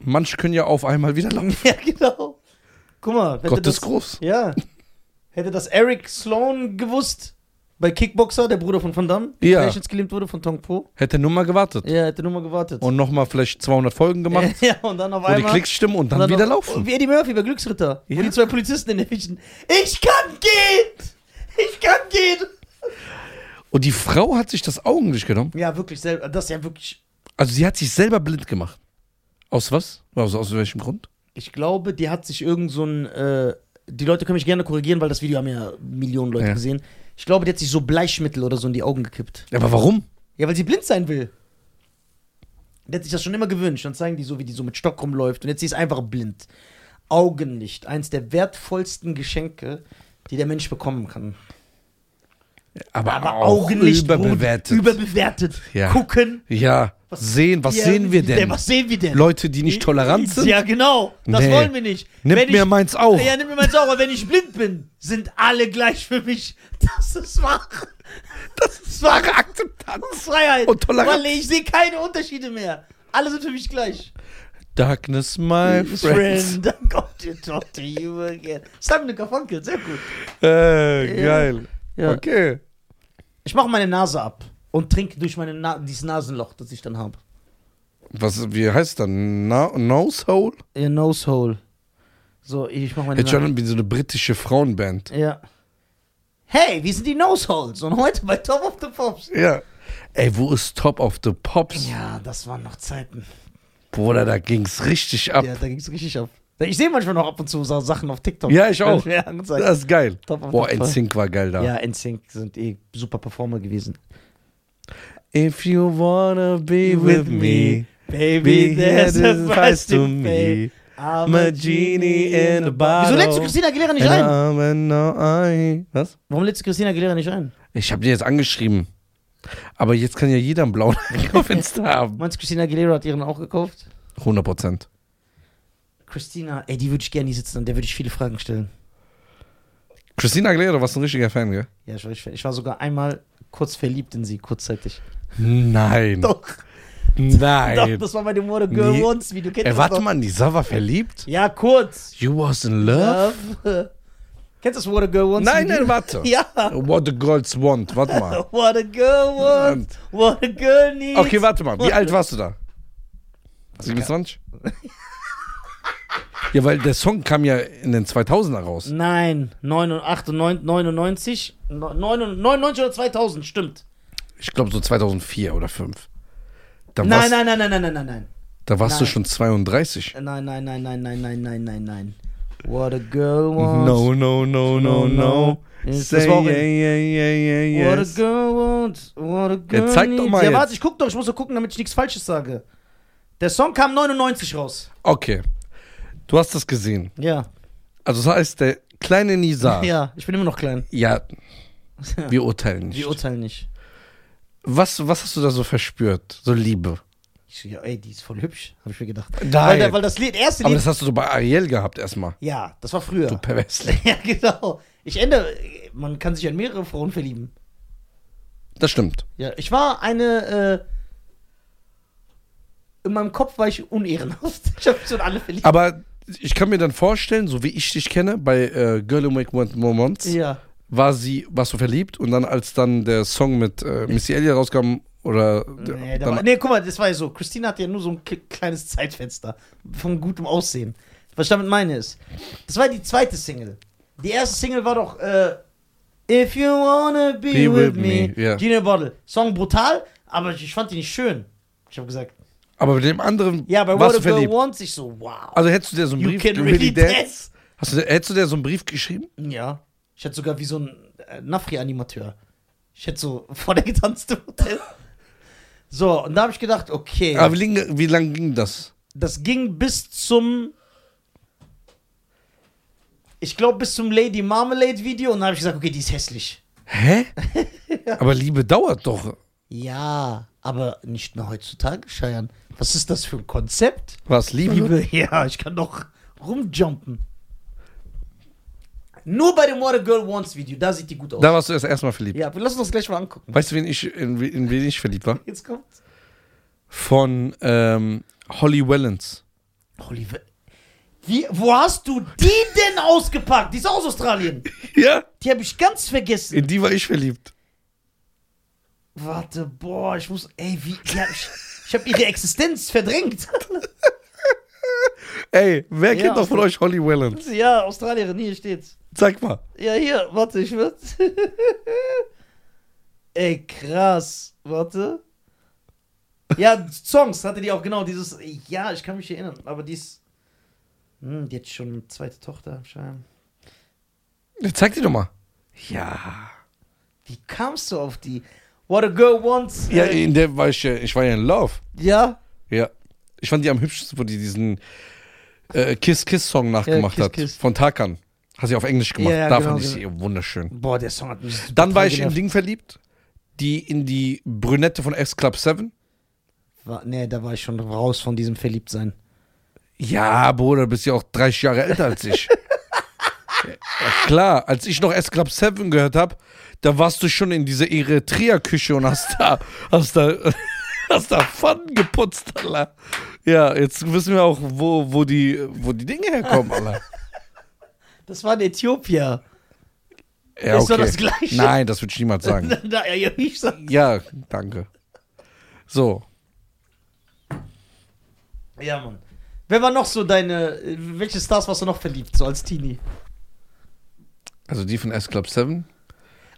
[SPEAKER 2] manche können ja auf einmal wieder laufen.
[SPEAKER 1] ja, genau. Guck mal. hätte
[SPEAKER 2] Gott
[SPEAKER 1] das,
[SPEAKER 2] ist groß.
[SPEAKER 1] Ja. Hätte das Eric Sloan gewusst, bei Kickboxer, der Bruder von Van Damme,
[SPEAKER 2] Ja.
[SPEAKER 1] der jetzt gelähmt wurde von Tong Po.
[SPEAKER 2] Hätte nur mal gewartet
[SPEAKER 1] Ja, hätte nur mal gewartet.
[SPEAKER 2] und nochmal vielleicht 200 Folgen gemacht,
[SPEAKER 1] ja, und dann auf
[SPEAKER 2] wo die
[SPEAKER 1] einmal.
[SPEAKER 2] Klicks stimmen und dann,
[SPEAKER 1] Und
[SPEAKER 2] wieder
[SPEAKER 1] noch-
[SPEAKER 2] laufen.
[SPEAKER 1] Wie Eddie Murphy bei Glücksritter.
[SPEAKER 2] Ja.
[SPEAKER 1] Wo die zwei Polizisten in der Fischen. Ich kann gehen! Ich kann gehen!
[SPEAKER 2] Und die Frau hat sich das Augenlicht genommen.
[SPEAKER 1] Ja, wirklich, selber. Das ist ja wirklich.
[SPEAKER 2] Also sie hat sich selber blind gemacht. Aus was? Aus, aus welchem Grund?
[SPEAKER 1] Ich glaube, die hat sich irgend so ein. Äh, die Leute können mich gerne korrigieren, weil das Video haben ja Millionen Leute
[SPEAKER 2] Ja.
[SPEAKER 1] gesehen. Ich glaube, die hat sich so Bleichmittel oder so in die Augen gekippt.
[SPEAKER 2] Aber warum?
[SPEAKER 1] Ja, weil sie blind sein will. Die hat sich das schon immer gewünscht. Dann zeigen die so, wie die so mit Stock rumläuft. Und jetzt sie ist einfach blind. Augenlicht. Eins der wertvollsten Geschenke, die der Mensch bekommen kann.
[SPEAKER 2] Aber,
[SPEAKER 1] Aber
[SPEAKER 2] auch
[SPEAKER 1] Augenlicht
[SPEAKER 2] überbewertet.
[SPEAKER 1] Bruder, überbewertet.
[SPEAKER 2] Ja.
[SPEAKER 1] Gucken.
[SPEAKER 2] ja, sehen, was
[SPEAKER 1] Ja,
[SPEAKER 2] sehen wir denn?
[SPEAKER 1] Was sehen wir denn?
[SPEAKER 2] Leute, die nicht tolerant sind?
[SPEAKER 1] Ja, genau. Das
[SPEAKER 2] Nee.
[SPEAKER 1] wollen wir nicht.
[SPEAKER 2] Nimmt
[SPEAKER 1] Wenn
[SPEAKER 2] mir
[SPEAKER 1] ich,
[SPEAKER 2] meins auch.
[SPEAKER 1] Ja, nimmt mir meins auch. Aber wenn ich blind bin, sind alle gleich für mich. Das ist wahr. Das ist
[SPEAKER 2] Wahre
[SPEAKER 1] wahre
[SPEAKER 2] Akzeptanz.
[SPEAKER 1] Freiheit.
[SPEAKER 2] Und Toleranz.
[SPEAKER 1] Weil ich sehe keine Unterschiede mehr. Alle sind für mich gleich. Oh
[SPEAKER 2] Darkness, my friends.
[SPEAKER 1] Friend, I got to talk to you again. Simon Garfunkel, sehr gut.
[SPEAKER 2] Äh, geil.
[SPEAKER 1] Ja.
[SPEAKER 2] Okay.
[SPEAKER 1] Ich mache meine Nase ab und trinke durch meine Na dieses Nasenloch, das ich dann habe.
[SPEAKER 2] Was, wie heißt das? Na, Nose Hole?
[SPEAKER 1] Ihr Nosehole. So, ich mache meine
[SPEAKER 2] Hätte
[SPEAKER 1] Nase
[SPEAKER 2] schon wie so eine britische Frauenband.
[SPEAKER 1] Ja. Hey, wir sind die Noseholes und heute bei Top of the Pops.
[SPEAKER 2] Ja. Ey, wo ist Top of the Pops?
[SPEAKER 1] Ja, das waren noch Zeiten.
[SPEAKER 2] Bruder, da ging's richtig ab.
[SPEAKER 1] Ja, da ging's richtig ab. Ich sehe manchmal noch ab und zu so Sachen auf TikTok.
[SPEAKER 2] Ja, ich auch.
[SPEAKER 1] Ja, angezeigt.
[SPEAKER 2] Das ist geil.
[SPEAKER 1] Top of
[SPEAKER 2] Boah,
[SPEAKER 1] the Pops.
[SPEAKER 2] NSYNC war geil da.
[SPEAKER 1] ja, NSYNC sind eh super Performer gewesen.
[SPEAKER 2] If you wanna be with me,
[SPEAKER 1] baby,
[SPEAKER 2] there's
[SPEAKER 1] there's
[SPEAKER 2] a
[SPEAKER 1] a price to
[SPEAKER 2] price to
[SPEAKER 1] pay.
[SPEAKER 2] me.
[SPEAKER 1] I'm
[SPEAKER 2] I'm a genie in a bottle.
[SPEAKER 1] Wieso lädst du Christina Aguilera nicht
[SPEAKER 2] and
[SPEAKER 1] ein?
[SPEAKER 2] I'm a no- I- Was?
[SPEAKER 1] Warum lädst du Christina Aguilera nicht ein?
[SPEAKER 2] Ich habe dir jetzt angeschrieben. Aber jetzt kann ja jeder einen blauen Haken auf Insta haben.
[SPEAKER 1] Meinst du, Christina Aguilera hat ihren auch gekauft?
[SPEAKER 2] 100 Prozent.
[SPEAKER 1] Christina, ey, die würde ich gerne hier sitzen, an der würde ich viele Fragen stellen.
[SPEAKER 2] Christina Aguilera, du warst ein richtiger Fan, gell?
[SPEAKER 1] Ja, ich war, ich war sogar einmal kurz verliebt in sie, kurzzeitig.
[SPEAKER 2] Nein.
[SPEAKER 1] Doch. Doch,
[SPEAKER 2] Nein.
[SPEAKER 1] das war bei dem What a Girl
[SPEAKER 2] Nee.
[SPEAKER 1] Wants Video. Kennt ihr
[SPEAKER 2] Ey,
[SPEAKER 1] das
[SPEAKER 2] warte
[SPEAKER 1] noch?
[SPEAKER 2] mal, Nisa war verliebt?
[SPEAKER 1] Ja, kurz.
[SPEAKER 2] You was in love?
[SPEAKER 1] Love. Kennst du das What a Girl Wants
[SPEAKER 2] Nein,
[SPEAKER 1] Video?
[SPEAKER 2] nein, warte.
[SPEAKER 1] Ja.
[SPEAKER 2] What the girls want, warte mal.
[SPEAKER 1] What a girl wants, what a girl needs.
[SPEAKER 2] Okay, warte mal. Wie alt warst du da? 27? ja, weil der Song kam ja in den 2000er raus.
[SPEAKER 1] Nein, 99, 99, 99 oder 2000, stimmt.
[SPEAKER 2] Ich glaube so 2004 oder 5. Da
[SPEAKER 1] Nein,
[SPEAKER 2] warst,
[SPEAKER 1] nein, nein, nein, nein, nein, nein, nein.
[SPEAKER 2] Da warst du
[SPEAKER 1] nein.
[SPEAKER 2] schon 32.
[SPEAKER 1] Nein, nein, nein, nein, nein, nein, nein, nein, nein. What a girl wants.
[SPEAKER 2] No, no, no, no, no.
[SPEAKER 1] Ist das
[SPEAKER 2] Say yeah,
[SPEAKER 1] Wochenende?
[SPEAKER 2] yeah, yeah, yeah,
[SPEAKER 1] What a
[SPEAKER 2] yes.
[SPEAKER 1] girl wants, what a girl
[SPEAKER 2] Ja, zeig doch
[SPEAKER 1] needs.
[SPEAKER 2] mal
[SPEAKER 1] Ja,
[SPEAKER 2] jetzt.
[SPEAKER 1] warte, ich guck doch, ich muss doch gucken, damit ich nichts Falsches sage. Der Song kam 99 raus.
[SPEAKER 2] Okay. Du hast das gesehen.
[SPEAKER 1] Ja,
[SPEAKER 2] Also das heißt, der kleine Nisa. Ja.
[SPEAKER 1] ja, ich bin immer noch klein.
[SPEAKER 2] wir urteilen nicht.
[SPEAKER 1] Wir urteilen nicht.
[SPEAKER 2] was, was hast du da so verspürt? So Liebe.
[SPEAKER 1] Ich so, ja, ey, die ist voll hübsch, habe ich mir gedacht.
[SPEAKER 2] Nein.
[SPEAKER 1] Weil, da- weil das Lied, erste
[SPEAKER 2] Aber
[SPEAKER 1] Lied,
[SPEAKER 2] das hast du so bei Ariel gehabt erstmal.
[SPEAKER 1] ja, das war früher.
[SPEAKER 2] Du Perversling.
[SPEAKER 1] ja, genau. Ich ändere, man kann sich an mehrere Frauen verlieben.
[SPEAKER 2] Das stimmt.
[SPEAKER 1] Ja, ich war eine, äh, in meinem Kopf war ich unehrenhaft. Ich habe mich so in alle verliebt.
[SPEAKER 2] Aber ich kann mir dann vorstellen, so wie ich dich kenne, bei äh, Girl You Make One Moments,
[SPEAKER 1] ja.
[SPEAKER 2] war sie, warst du verliebt und dann als dann der Song mit äh, Missy Elliott rauskam oder
[SPEAKER 1] Nee, da
[SPEAKER 2] dann,
[SPEAKER 1] war, nee, guck mal, das war ja so. Christina hatte ja nur so ein kle- kleines Zeitfenster von gutem Aussehen. Was ich damit meine ist, das war die zweite Single. Die erste Single war doch äh, If You Wanna Be,
[SPEAKER 2] Be
[SPEAKER 1] With
[SPEAKER 2] With
[SPEAKER 1] Me,
[SPEAKER 2] Me, ja.
[SPEAKER 1] Gina Bottle. Song brutal, aber ich fand die nicht schön. Ich habe gesagt,
[SPEAKER 2] aber mit dem anderen
[SPEAKER 1] ja, bei What
[SPEAKER 2] warst du
[SPEAKER 1] a Girl
[SPEAKER 2] verliebt.
[SPEAKER 1] Wants ich so, wow.
[SPEAKER 2] Also hättest du dir so einen
[SPEAKER 1] you
[SPEAKER 2] Brief
[SPEAKER 1] can
[SPEAKER 2] du
[SPEAKER 1] really dance.
[SPEAKER 2] Hast du, hättest du dir so einen Brief geschrieben?
[SPEAKER 1] Ja. Ich hätte sogar wie so ein äh, Nafri-Animateur. Ich hätte so vor der getanzt im Hotel. So, und da habe ich gedacht, okay.
[SPEAKER 2] Aber wie lange, wie lange ging das?
[SPEAKER 1] Das ging bis zum. Ich glaube, bis zum Lady Marmalade Video. Und dann habe ich gesagt, okay, die ist hässlich.
[SPEAKER 2] Hä? Aber Liebe dauert doch.
[SPEAKER 1] Ja, aber nicht mehr heutzutage, Scheiern. Was ist das für ein Konzept?
[SPEAKER 2] Was Liebe?
[SPEAKER 1] Liebe, ja, ich kann doch rumjumpen. Nur bei dem What a Girl Wants Video, da sieht die gut aus.
[SPEAKER 2] Da warst du erst erstmal verliebt.
[SPEAKER 1] ja, wir lassen uns das gleich mal angucken.
[SPEAKER 2] Weißt du, wen ich, in, we- in wen ich verliebt war?
[SPEAKER 1] Jetzt kommt.
[SPEAKER 2] Von ähm, Holly Wellens.
[SPEAKER 1] Oliver. Wie, wo hast du die denn ausgepackt? Die ist aus Australien.
[SPEAKER 2] Ja,
[SPEAKER 1] Die habe ich ganz vergessen.
[SPEAKER 2] in die war ich verliebt.
[SPEAKER 1] Warte, boah, ich muss. Ey, wie. Ja, ich ich habe ihre Existenz verdrängt.
[SPEAKER 2] Ey, wer
[SPEAKER 1] Ja.
[SPEAKER 2] kennt noch von euch Holly Wellens?
[SPEAKER 1] ja, Australierin, hier steht's.
[SPEAKER 2] Sag mal.
[SPEAKER 1] Ja, hier, warte, ich würd. Ey, krass. Warte. Ja, Songs hatte die auch genau dieses. Ja, ich kann mich erinnern, aber die ist. Hm, die hat schon eine zweite Tochter anscheinend.
[SPEAKER 2] Ja, Zeig die doch mal. Ja.
[SPEAKER 1] Wie kamst du auf die? What a girl wants.
[SPEAKER 2] Ja, eh.
[SPEAKER 1] äh,
[SPEAKER 2] in der war ich, ja- ich war ja in Love.
[SPEAKER 1] ja.
[SPEAKER 2] Ja. Ich fand die am hübschsten, wo die diesen äh, Kiss-Kiss-Song nachgemacht
[SPEAKER 1] Kiss,
[SPEAKER 2] hat.
[SPEAKER 1] Kiss.
[SPEAKER 2] Von Tarkan. Hat sie auf Englisch gemacht.
[SPEAKER 1] Ja, ja,
[SPEAKER 2] da
[SPEAKER 1] genau,
[SPEAKER 2] fand ich sie
[SPEAKER 1] genau.
[SPEAKER 2] wunderschön.
[SPEAKER 1] Boah, der Song hat mich. so
[SPEAKER 2] Dann war
[SPEAKER 1] total
[SPEAKER 2] ich in
[SPEAKER 1] genervt.
[SPEAKER 2] Ding verliebt, die in die Brünette von X Club 7.
[SPEAKER 1] War, nee, da war ich schon raus von diesem Verliebtsein.
[SPEAKER 2] Ja, Bruder, bist ja auch 30 Jahre älter als ich. ja, klar, als ich noch S Club 7 gehört habe, da warst du schon in dieser Eritrea-Küche und hast da, hast da, hast da Pfannen geputzt, Alter. Ja, jetzt wissen wir auch, wo, wo, die, wo die Dinge herkommen, Alter.
[SPEAKER 1] Das war in Äthiopier.
[SPEAKER 2] Ja,
[SPEAKER 1] Ist doch das Gleiche.
[SPEAKER 2] Nein, das würde ich niemals sagen.
[SPEAKER 1] da, ja, ja, ich sag.
[SPEAKER 2] ja, danke. So,
[SPEAKER 1] Ja, Mann. Wer war noch so deine. äh, Welche Stars warst du noch verliebt, so als Teenie?
[SPEAKER 2] also die von S Club 7.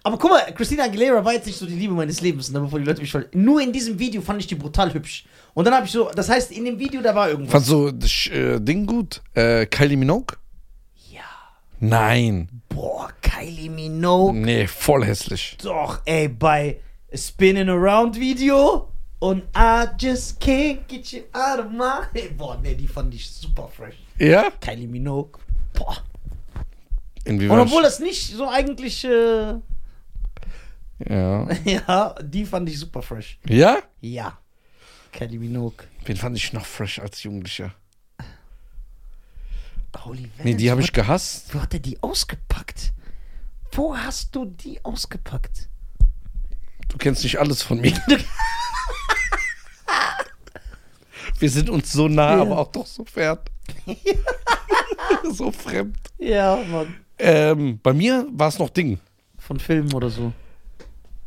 [SPEAKER 1] Aber guck mal, Christina Aguilera war jetzt nicht so die Liebe meines Lebens, ne, bevor die Leute mich voll. Nur in diesem Video fand ich die brutal hübsch. Und dann habe ich so. Das heißt, in dem Video, da war irgendwas.
[SPEAKER 2] Fandst du das äh, Ding gut? Äh, Kylie Minogue?
[SPEAKER 1] Ja.
[SPEAKER 2] Nein.
[SPEAKER 1] Boah, Kylie Minogue.
[SPEAKER 2] Nee, voll hässlich.
[SPEAKER 1] Doch, ey, bei Spinning Around Video und I just can't get you out of my. head. Boah, nee, die fand ich super fresh.
[SPEAKER 2] Ja?
[SPEAKER 1] Kylie Minogue. Boah. Und
[SPEAKER 2] Inwiefern?
[SPEAKER 1] obwohl das nicht so eigentlich. Äh,
[SPEAKER 2] ja.
[SPEAKER 1] ja, die fand ich super fresh.
[SPEAKER 2] ja?
[SPEAKER 1] Ja. Kylie Minogue.
[SPEAKER 2] Wen fand ich noch fresh als Jugendlicher?
[SPEAKER 1] Holy
[SPEAKER 2] Nee, die habe
[SPEAKER 1] Valens,
[SPEAKER 2] ich
[SPEAKER 1] Wo,
[SPEAKER 2] gehasst.
[SPEAKER 1] wo hat er die ausgepackt? Wo hast du die ausgepackt?
[SPEAKER 2] Du kennst nicht alles von mir. Wir sind uns so nah, aber auch doch so fern. so fremd.
[SPEAKER 1] Ja, Mann.
[SPEAKER 2] Ähm, bei mir war es noch Ding.
[SPEAKER 1] Von Filmen oder so.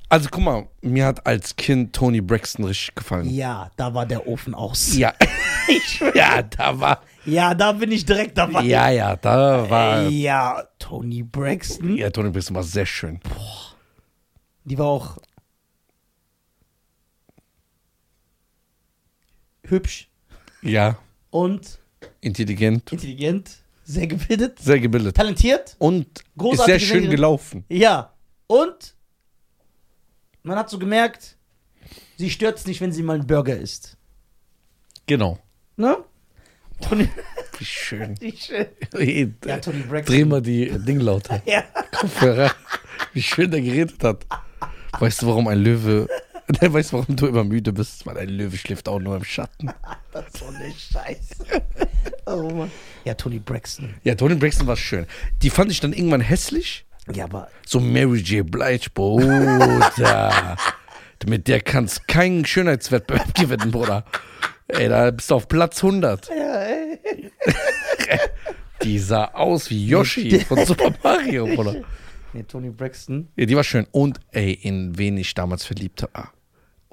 [SPEAKER 2] Also guck mal, mir hat als Kind Tony Braxton richtig gefallen.
[SPEAKER 1] Ja, da war der Ofen aus.
[SPEAKER 2] Ja.
[SPEAKER 1] Ich schwör.
[SPEAKER 2] Ja, da war.
[SPEAKER 1] ja da bin ich direkt dabei.
[SPEAKER 2] Ja, ja, da war.
[SPEAKER 1] Ja, Tony Braxton.
[SPEAKER 2] Ja, Tony Braxton war sehr schön.
[SPEAKER 1] Die war auch hübsch
[SPEAKER 2] Ja.
[SPEAKER 1] und
[SPEAKER 2] Intelligent.
[SPEAKER 1] intelligent, sehr gebildet,
[SPEAKER 2] Sehr gebildet.
[SPEAKER 1] talentiert.
[SPEAKER 2] Und ist
[SPEAKER 1] Großartige
[SPEAKER 2] sehr schön
[SPEAKER 1] Sängerin.
[SPEAKER 2] gelaufen.
[SPEAKER 1] Ja, und man hat so gemerkt, sie stört's nicht, wenn sie mal einen Burger isst.
[SPEAKER 2] Genau.
[SPEAKER 1] Ne? Tony,
[SPEAKER 2] Wie schön.
[SPEAKER 1] die schön.
[SPEAKER 2] Hey,
[SPEAKER 1] Ja,
[SPEAKER 2] äh,
[SPEAKER 1] Tony Braxton.
[SPEAKER 2] Dreh mal die äh, Ding lauter.
[SPEAKER 1] Ja.
[SPEAKER 2] Kopfhörer. Wie schön der geredet hat. Weißt du, warum ein Löwe. Der weiß, warum du immer müde bist, weil ein Löwe schläft auch nur im Schatten.
[SPEAKER 1] Das ist so eine Scheiße. Oh Mann. Ja, Tony Braxton.
[SPEAKER 2] Ja, Tony Braxton war schön. Die fand ich dann irgendwann hässlich.
[SPEAKER 1] Ja, aber
[SPEAKER 2] So Mary J. Blige, Bruder. Mit der kannst keinen Schönheitswettbewerb gewinnen, Bruder. Ey, da bist du auf Platz 100. die sah aus wie Yoshi von Super Mario, Bruder.
[SPEAKER 1] nee, Tony Braxton.
[SPEAKER 2] Ja, die war schön. Und ey, in wen ich damals verliebt war.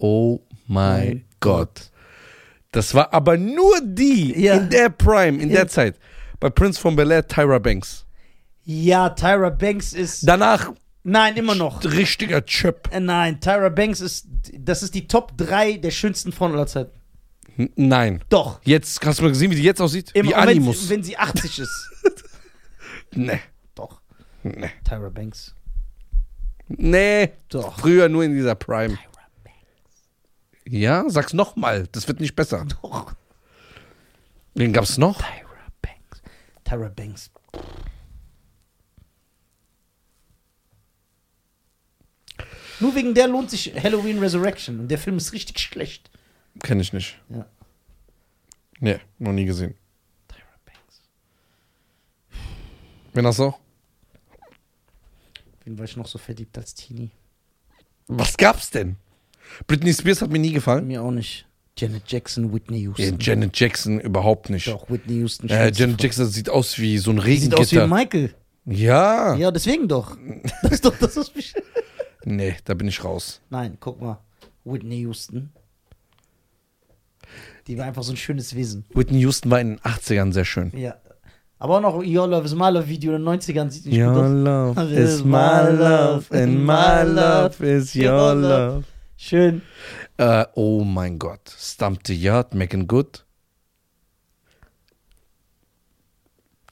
[SPEAKER 2] Oh mein Gott. Das war aber nur die
[SPEAKER 1] Ja.
[SPEAKER 2] in der Prime, in der Zeit. Bei Prince von Bel-Air, Tyra Banks.
[SPEAKER 1] Ja, Tyra Banks ist.
[SPEAKER 2] Danach
[SPEAKER 1] Nein, immer noch.
[SPEAKER 2] richtiger Chip.
[SPEAKER 1] Äh, Nein, Tyra Banks ist. Das ist die Top 3 der schönsten Frauen aller Zeiten.
[SPEAKER 2] N- Nein.
[SPEAKER 1] Doch.
[SPEAKER 2] Jetzt hast du mal gesehen, wie die jetzt aussieht?
[SPEAKER 1] Im-
[SPEAKER 2] wie
[SPEAKER 1] und wenn,
[SPEAKER 2] Animus.
[SPEAKER 1] sie, wenn sie 80 ist.
[SPEAKER 2] nee.
[SPEAKER 1] Doch.
[SPEAKER 2] Nee.
[SPEAKER 1] Tyra Banks.
[SPEAKER 2] Nee.
[SPEAKER 1] Doch.
[SPEAKER 2] Früher nur in dieser Prime. Ja, sag's nochmal. Das wird nicht besser.
[SPEAKER 1] Doch.
[SPEAKER 2] Wen gab's noch?
[SPEAKER 1] Tyra Banks. Tyra Banks. Nur wegen der lohnt sich Halloween Resurrection. Und der Film ist richtig schlecht.
[SPEAKER 2] Kenn ich nicht.
[SPEAKER 1] Ja.
[SPEAKER 2] Nee, noch nie gesehen.
[SPEAKER 1] Tyra Banks.
[SPEAKER 2] Wen hast du auch?
[SPEAKER 1] bin, war ich noch so verliebt als Teenie.
[SPEAKER 2] Was gab's denn? Britney Spears hat mir nie gefallen.
[SPEAKER 1] Mir auch nicht. Janet Jackson, Whitney
[SPEAKER 2] Ja,
[SPEAKER 1] Houston.
[SPEAKER 2] Janet Jackson überhaupt nicht.
[SPEAKER 1] Doch, Whitney Houston.
[SPEAKER 2] Äh,
[SPEAKER 1] schönste
[SPEAKER 2] Janet
[SPEAKER 1] Frau.
[SPEAKER 2] Jackson sieht aus wie so ein
[SPEAKER 1] Sieht aus wie
[SPEAKER 2] Regengitter.
[SPEAKER 1] Michael.
[SPEAKER 2] ja.
[SPEAKER 1] Ja, deswegen doch. Das ist doch das, was mich.
[SPEAKER 2] Nee, da bin ich raus.
[SPEAKER 1] Nein, guck mal. Whitney Houston. Die war einfach so ein schönes Wesen.
[SPEAKER 2] Whitney Houston war in den 80ern sehr schön.
[SPEAKER 1] Ja. Aber auch noch Your Love is My Love Video in den 90ern sieht nicht gut aus.
[SPEAKER 2] love
[SPEAKER 1] is my love and my love
[SPEAKER 2] is
[SPEAKER 1] your love. Schön.
[SPEAKER 2] Äh, oh mein Gott. Stump the Yard, Megan Good.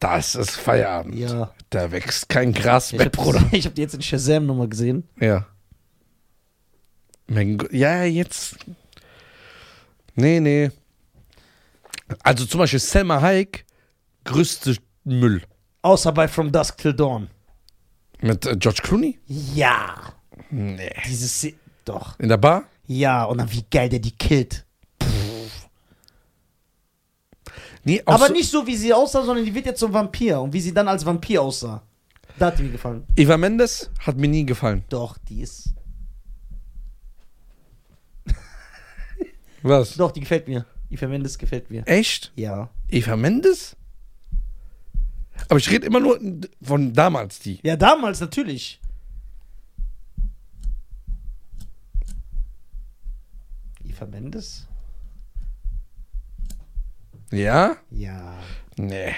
[SPEAKER 2] Das ist Feierabend.
[SPEAKER 1] Ja.
[SPEAKER 2] Da wächst kein Gras
[SPEAKER 1] Ich
[SPEAKER 2] mehr,
[SPEAKER 1] hab,
[SPEAKER 2] Bruder.
[SPEAKER 1] ich hab die jetzt in Shazam nochmal gesehen.
[SPEAKER 2] Ja. Megan Good. Ja, jetzt. Nee, nee. Also zum Beispiel Selma Hayek, größte Müll.
[SPEAKER 1] Außer bei From Dusk Till Dawn.
[SPEAKER 2] Mit äh, George Clooney?
[SPEAKER 1] Ja.
[SPEAKER 2] Nee.
[SPEAKER 1] Dieses. Se doch.
[SPEAKER 2] In der Bar?
[SPEAKER 1] Ja, und dann wie geil der die killt.
[SPEAKER 2] Nee, auch
[SPEAKER 1] Aber
[SPEAKER 2] so,
[SPEAKER 1] nicht so, wie sie aussah, sondern die wird jetzt zum Vampir. Und wie sie dann als Vampir aussah. Da hat die mir gefallen.
[SPEAKER 2] Eva Mendes hat mir nie gefallen.
[SPEAKER 1] Doch, die ist.
[SPEAKER 2] Was?
[SPEAKER 1] Doch, die gefällt mir. Die Verwendes gefällt mir.
[SPEAKER 2] Echt?
[SPEAKER 1] Ja.
[SPEAKER 2] Eva Mendes? Aber ich rede immer nur von damals die.
[SPEAKER 1] Ja, damals natürlich. Eva Mendes?
[SPEAKER 2] Ja?
[SPEAKER 1] Ja,
[SPEAKER 2] Nee,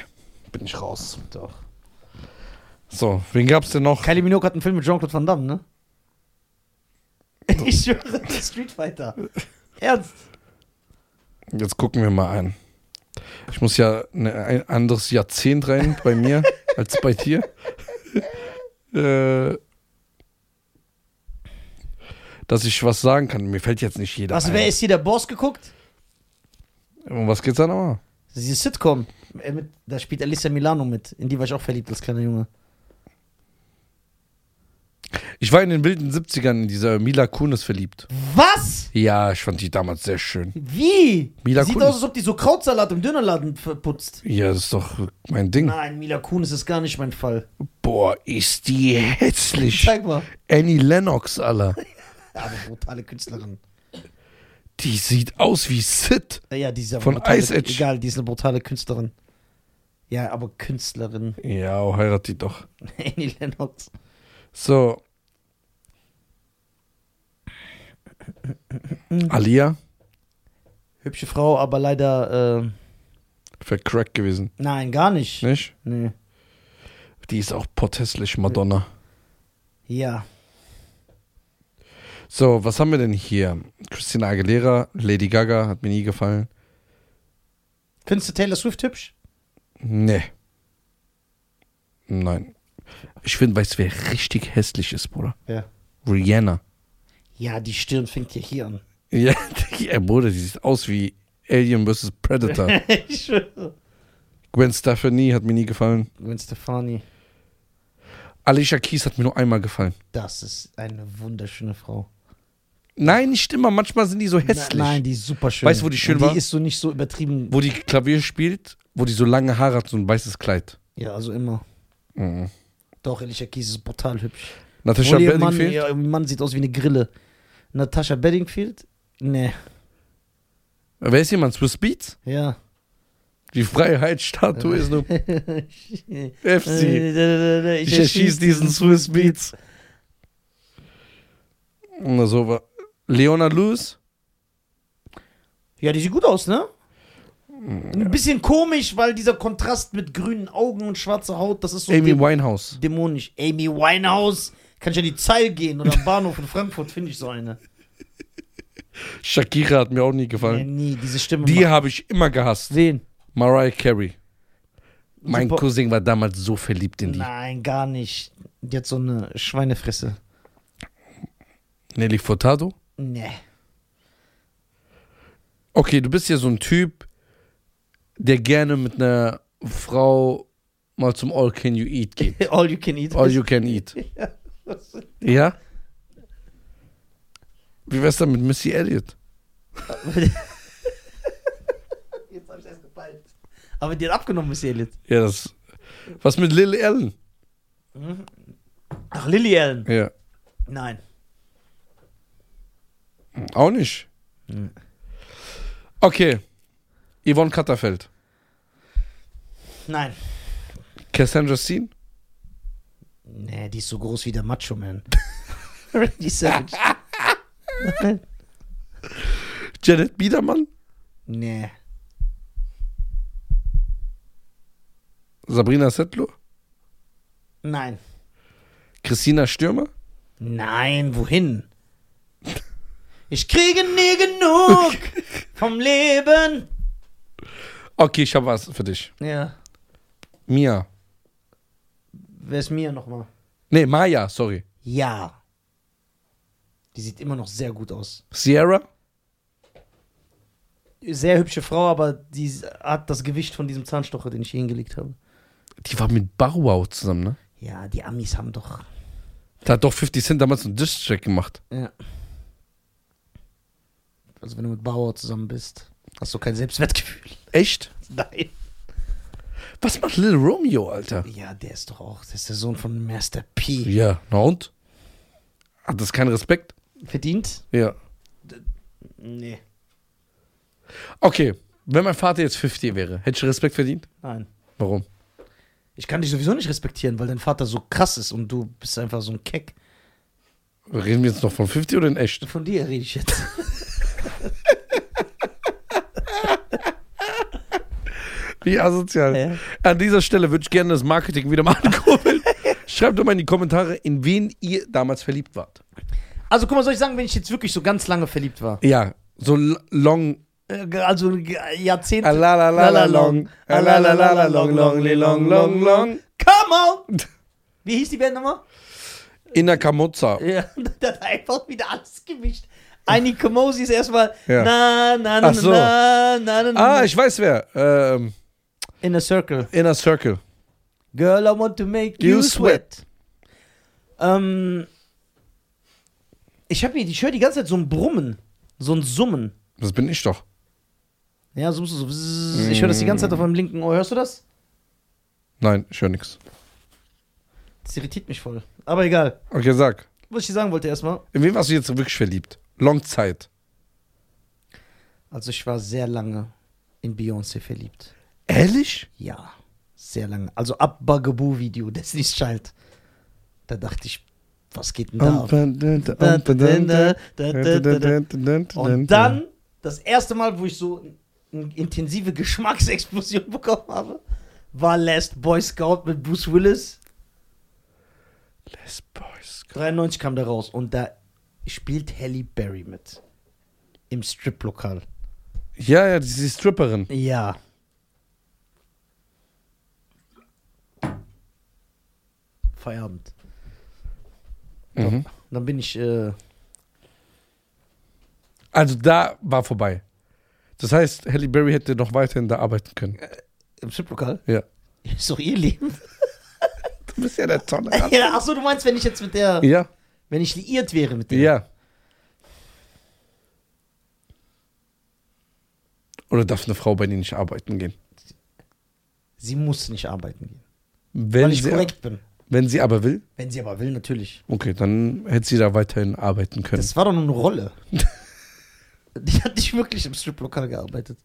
[SPEAKER 2] bin ich raus.
[SPEAKER 1] doch.
[SPEAKER 2] So, wen gab's denn noch?
[SPEAKER 1] Kylie Minogue hat einen Film mit Jean-Claude Van Damme, ne? Ich schwöre, Street Fighter. Ernst?
[SPEAKER 2] Jetzt gucken wir mal an. Ich muss ja ne, ein anderes Jahrzehnt rein bei mir als bei dir. äh, dass ich was sagen kann. Mir fällt jetzt nicht jeder
[SPEAKER 1] Was,
[SPEAKER 2] ein.
[SPEAKER 1] wer ist hier der Boss geguckt?
[SPEAKER 2] Um was geht's da nochmal?
[SPEAKER 1] Diese Sitcom. Äh, mit- Da spielt Alyssa Milano mit. In die war ich auch verliebt als kleiner Junge.
[SPEAKER 2] Ich war in den wilden 70ern in dieser Mila Kunis verliebt.
[SPEAKER 1] Was?
[SPEAKER 2] Ja, ich fand die damals sehr schön.
[SPEAKER 1] Wie?
[SPEAKER 2] Mila
[SPEAKER 1] Sieht
[SPEAKER 2] Kunis.
[SPEAKER 1] aus, als ob die so Krautsalat im Dönerladen verputzt.
[SPEAKER 2] Ja, das ist doch mein Ding.
[SPEAKER 1] Nein, Mila Kunis ist gar nicht mein Fall.
[SPEAKER 2] Boah, ist die hässlich.
[SPEAKER 1] Zeig mal.
[SPEAKER 2] Annie Lennox, Alter.
[SPEAKER 1] Ja, aber brutale Künstlerin.
[SPEAKER 2] Die sieht aus wie Sid.
[SPEAKER 1] Äh, Ja, die ist aber
[SPEAKER 2] Von
[SPEAKER 1] brutale,
[SPEAKER 2] Ice Age.
[SPEAKER 1] Egal, die ist eine brutale Künstlerin. Ja, aber Künstlerin.
[SPEAKER 2] Ja, oh, heirat die doch.
[SPEAKER 1] Annie Lennox.
[SPEAKER 2] So. Alia,
[SPEAKER 1] Hübsche Frau, aber leider. Äh,
[SPEAKER 2] vercrackt gewesen,
[SPEAKER 1] nein, gar nicht.
[SPEAKER 2] nicht?
[SPEAKER 1] Nee.
[SPEAKER 2] Die ist auch potthässlich, Madonna.
[SPEAKER 1] Ja.
[SPEAKER 2] So, was haben wir denn hier? Christina Aguilera, Lady Gaga, hat mir nie gefallen.
[SPEAKER 1] Findest du Taylor Swift hübsch?
[SPEAKER 2] Nee. Nein. Ich finde, weißt du, wer richtig hässlich ist, Bruder?
[SPEAKER 1] Ja.
[SPEAKER 2] Rihanna.
[SPEAKER 1] Ja, die Stirn fängt ja hier an.
[SPEAKER 2] Ja, die, ey, Bruder, die sieht aus wie Alien vs. Predator.
[SPEAKER 1] ich schwöre.
[SPEAKER 2] Gwen Stefani hat mir nie gefallen.
[SPEAKER 1] Gwen Stefani,
[SPEAKER 2] Alicia Keys hat mir nur einmal gefallen.
[SPEAKER 1] das ist eine wunderschöne Frau.
[SPEAKER 2] Nein, nicht immer. Manchmal sind die so hässlich.
[SPEAKER 1] Na, nein, die ist super schön.
[SPEAKER 2] Weißt du, wo die schön
[SPEAKER 1] Und
[SPEAKER 2] war?
[SPEAKER 1] Die ist so nicht so übertrieben.
[SPEAKER 2] Wo die Klavier spielt, wo die so lange Haare hat, so ein weißes Kleid.
[SPEAKER 1] Ja, also immer.
[SPEAKER 2] Mhm.
[SPEAKER 1] Doch, Alicia Keys ist brutal hübsch.
[SPEAKER 2] Natasha
[SPEAKER 1] Obwohl ihr Mann,
[SPEAKER 2] Bedingfield?
[SPEAKER 1] ihr Mann sieht aus wie eine Grille. Natascha Bedingfield? Nee,
[SPEAKER 2] Wer ist jemand? Swiss Beats?
[SPEAKER 1] ja.
[SPEAKER 2] Die Freiheitsstatue ist nur
[SPEAKER 1] FC.
[SPEAKER 2] FC.
[SPEAKER 1] Äh,
[SPEAKER 2] Ich erschieß diesen Swiss Beats. Na, so war. Leona Lewis?
[SPEAKER 1] Ja, die sieht gut aus, ne? Ein bisschen komisch, weil dieser Kontrast mit grünen Augen und schwarzer Haut, das ist so
[SPEAKER 2] Amy
[SPEAKER 1] dä-
[SPEAKER 2] Winehouse.
[SPEAKER 1] dämonisch. Amy Winehouse. Kann ich an die Zeil gehen oder am Bahnhof in Frankfurt finde ich so eine.
[SPEAKER 2] Shakira hat mir auch nie
[SPEAKER 1] Nee,
[SPEAKER 2] gefallen.
[SPEAKER 1] nie, diese Stimme.
[SPEAKER 2] Die
[SPEAKER 1] macht-
[SPEAKER 2] habe ich immer gehasst.
[SPEAKER 1] Wen?
[SPEAKER 2] Mariah Carey. Mein
[SPEAKER 1] Super.
[SPEAKER 2] Cousin war damals so verliebt in die.
[SPEAKER 1] Nein, gar nicht. Die hat so eine Schweinefresse.
[SPEAKER 2] Nelly Furtado?
[SPEAKER 1] Nee.
[SPEAKER 2] Okay, du bist ja so ein Typ, der gerne mit einer Frau mal zum All Can You Eat geht.
[SPEAKER 1] All you can eat.
[SPEAKER 2] All You Can Eat. Ja? Wie wär's dann mit Missy Elliott?
[SPEAKER 1] Jetzt hab ich erst gepeilt. Aber die hat abgenommen, Miss Elliot.
[SPEAKER 2] Ja, das. Was mit Lil Allen?
[SPEAKER 1] Ach, Lily Allen.
[SPEAKER 2] Ja.
[SPEAKER 1] Nein.
[SPEAKER 2] Auch nicht. Okay. Yvonne Katterfeld.
[SPEAKER 1] Nein.
[SPEAKER 2] Cassandra Steen.
[SPEAKER 1] Nee, die ist so groß wie der Macho Man. Randy Savage.
[SPEAKER 2] Janet Biedermann.
[SPEAKER 1] nee.
[SPEAKER 2] Sabrina Settler.
[SPEAKER 1] Nein.
[SPEAKER 2] Christina Stürmer.
[SPEAKER 1] Nein, wohin? Ich kriege nie genug vom Leben.
[SPEAKER 2] Okay, ich habe was für dich.
[SPEAKER 1] Ja.
[SPEAKER 2] Mia.
[SPEAKER 1] Wer ist Mia nochmal?
[SPEAKER 2] Nee, Maya, sorry.
[SPEAKER 1] Ja. Die sieht immer noch sehr gut aus.
[SPEAKER 2] Sierra.
[SPEAKER 1] Sehr hübsche Frau, aber die hat das Gewicht von diesem Zahnstocher, den ich hier hingelegt habe.
[SPEAKER 2] Die war mit Barrow zusammen, ne?
[SPEAKER 1] Ja, die Amis haben doch.
[SPEAKER 2] Da hat doch 50 Cent damals einen Distrack gemacht.
[SPEAKER 1] Ja. Also, wenn du mit Bauer zusammen bist, hast du kein Selbstwertgefühl.
[SPEAKER 2] Echt?
[SPEAKER 1] Nein.
[SPEAKER 2] Was macht Little Romeo, Alter?
[SPEAKER 1] Ja, der ist doch auch. Der ist der Sohn von Master P.
[SPEAKER 2] Ja, na und? Hat das keinen Respekt?
[SPEAKER 1] Verdient?
[SPEAKER 2] Ja.
[SPEAKER 1] Nee.
[SPEAKER 2] Okay, wenn mein Vater jetzt 50 wäre, hätte ich Respekt verdient?
[SPEAKER 1] Nein.
[SPEAKER 2] Warum?
[SPEAKER 1] Ich kann dich sowieso nicht respektieren, weil dein Vater so krass ist und du bist einfach so ein Keck.
[SPEAKER 2] Reden wir jetzt noch von 50 oder in echt?
[SPEAKER 1] Von dir rede ich jetzt.
[SPEAKER 2] Wie asozial.
[SPEAKER 1] Ja.
[SPEAKER 2] An dieser Stelle würde ich gerne das Marketing wieder mal ankurbeln. Schreibt doch mal in die Kommentare, in wen ihr damals verliebt wart.
[SPEAKER 1] Also, guck mal, soll ich sagen, wenn ich jetzt wirklich so ganz lange verliebt war?
[SPEAKER 2] Ja, so l- long.
[SPEAKER 1] Äh, Also, äh, Jahrzehnte.
[SPEAKER 2] Alalalalong, alalalalong, long, li- long, long, long.
[SPEAKER 1] Come on! Wie hieß die Band nochmal?
[SPEAKER 2] In der Kamutza.
[SPEAKER 1] Ja, das hat einfach wieder alles gemischt. Eine Komosi ist erstmal
[SPEAKER 2] Ja.
[SPEAKER 1] na, na, na,
[SPEAKER 2] Ach so.
[SPEAKER 1] na, na, na, na,
[SPEAKER 2] Ah, ich weiß wer. Ähm,
[SPEAKER 1] In a circle.
[SPEAKER 2] Inner Circle.
[SPEAKER 1] Girl, I want to make you,
[SPEAKER 2] You
[SPEAKER 1] sweat. Ähm, ich habe hier, ich höre die ganze Zeit so ein Brummen, so ein Summen.
[SPEAKER 2] Das bin ich doch.
[SPEAKER 1] Ja, so, so, so bzzz. ich höre das die ganze Zeit auf meinem linken Ohr. Hörst du das?
[SPEAKER 2] Nein, ich höre nichts.
[SPEAKER 1] Das irritiert mich voll. Aber egal.
[SPEAKER 2] Okay, sag.
[SPEAKER 1] Was ich dir sagen wollte erstmal.
[SPEAKER 2] In wen warst du jetzt wirklich verliebt? Long Zeit.
[SPEAKER 1] Also ich war sehr lange in Beyoncé verliebt.
[SPEAKER 2] Ehrlich?
[SPEAKER 1] Ja, sehr lange. Also ab Bugaboo Video, Destiny's Child. Da dachte ich, was geht denn da ab? Und dann das erste Mal, wo ich so eine intensive Geschmacksexplosion bekommen habe, war Last Boy Scout mit Bruce Willis.
[SPEAKER 2] Les Boys.
[SPEAKER 1] 93 kam der raus und da spielt Halle Berry mit. Im Striplokal.
[SPEAKER 2] Ja, ja, die die Stripperin.
[SPEAKER 1] Ja. Feierabend.
[SPEAKER 2] Mhm.
[SPEAKER 1] Dann bin ich, äh,
[SPEAKER 2] Also da war vorbei. Das heißt, Halle Berry hätte noch weiterhin da arbeiten können.
[SPEAKER 1] im Striplokal.
[SPEAKER 2] Ja.
[SPEAKER 1] Ist doch ihr Leben.
[SPEAKER 2] Du bist ja der Tonne.
[SPEAKER 1] ja, achso, du meinst, wenn ich jetzt mit der,
[SPEAKER 2] Ja,
[SPEAKER 1] wenn ich liiert wäre mit der.
[SPEAKER 2] ja. Oder darf eine Frau bei dir nicht arbeiten gehen?
[SPEAKER 1] Sie muss nicht arbeiten gehen.
[SPEAKER 2] Wenn
[SPEAKER 1] Weil ich
[SPEAKER 2] sie,
[SPEAKER 1] korrekt bin.
[SPEAKER 2] wenn sie aber will,
[SPEAKER 1] Wenn sie aber will, natürlich.
[SPEAKER 2] okay, dann hätte sie da weiterhin arbeiten können.
[SPEAKER 1] Das war doch nur eine Rolle. Die hat nicht wirklich im Striplokal gearbeitet.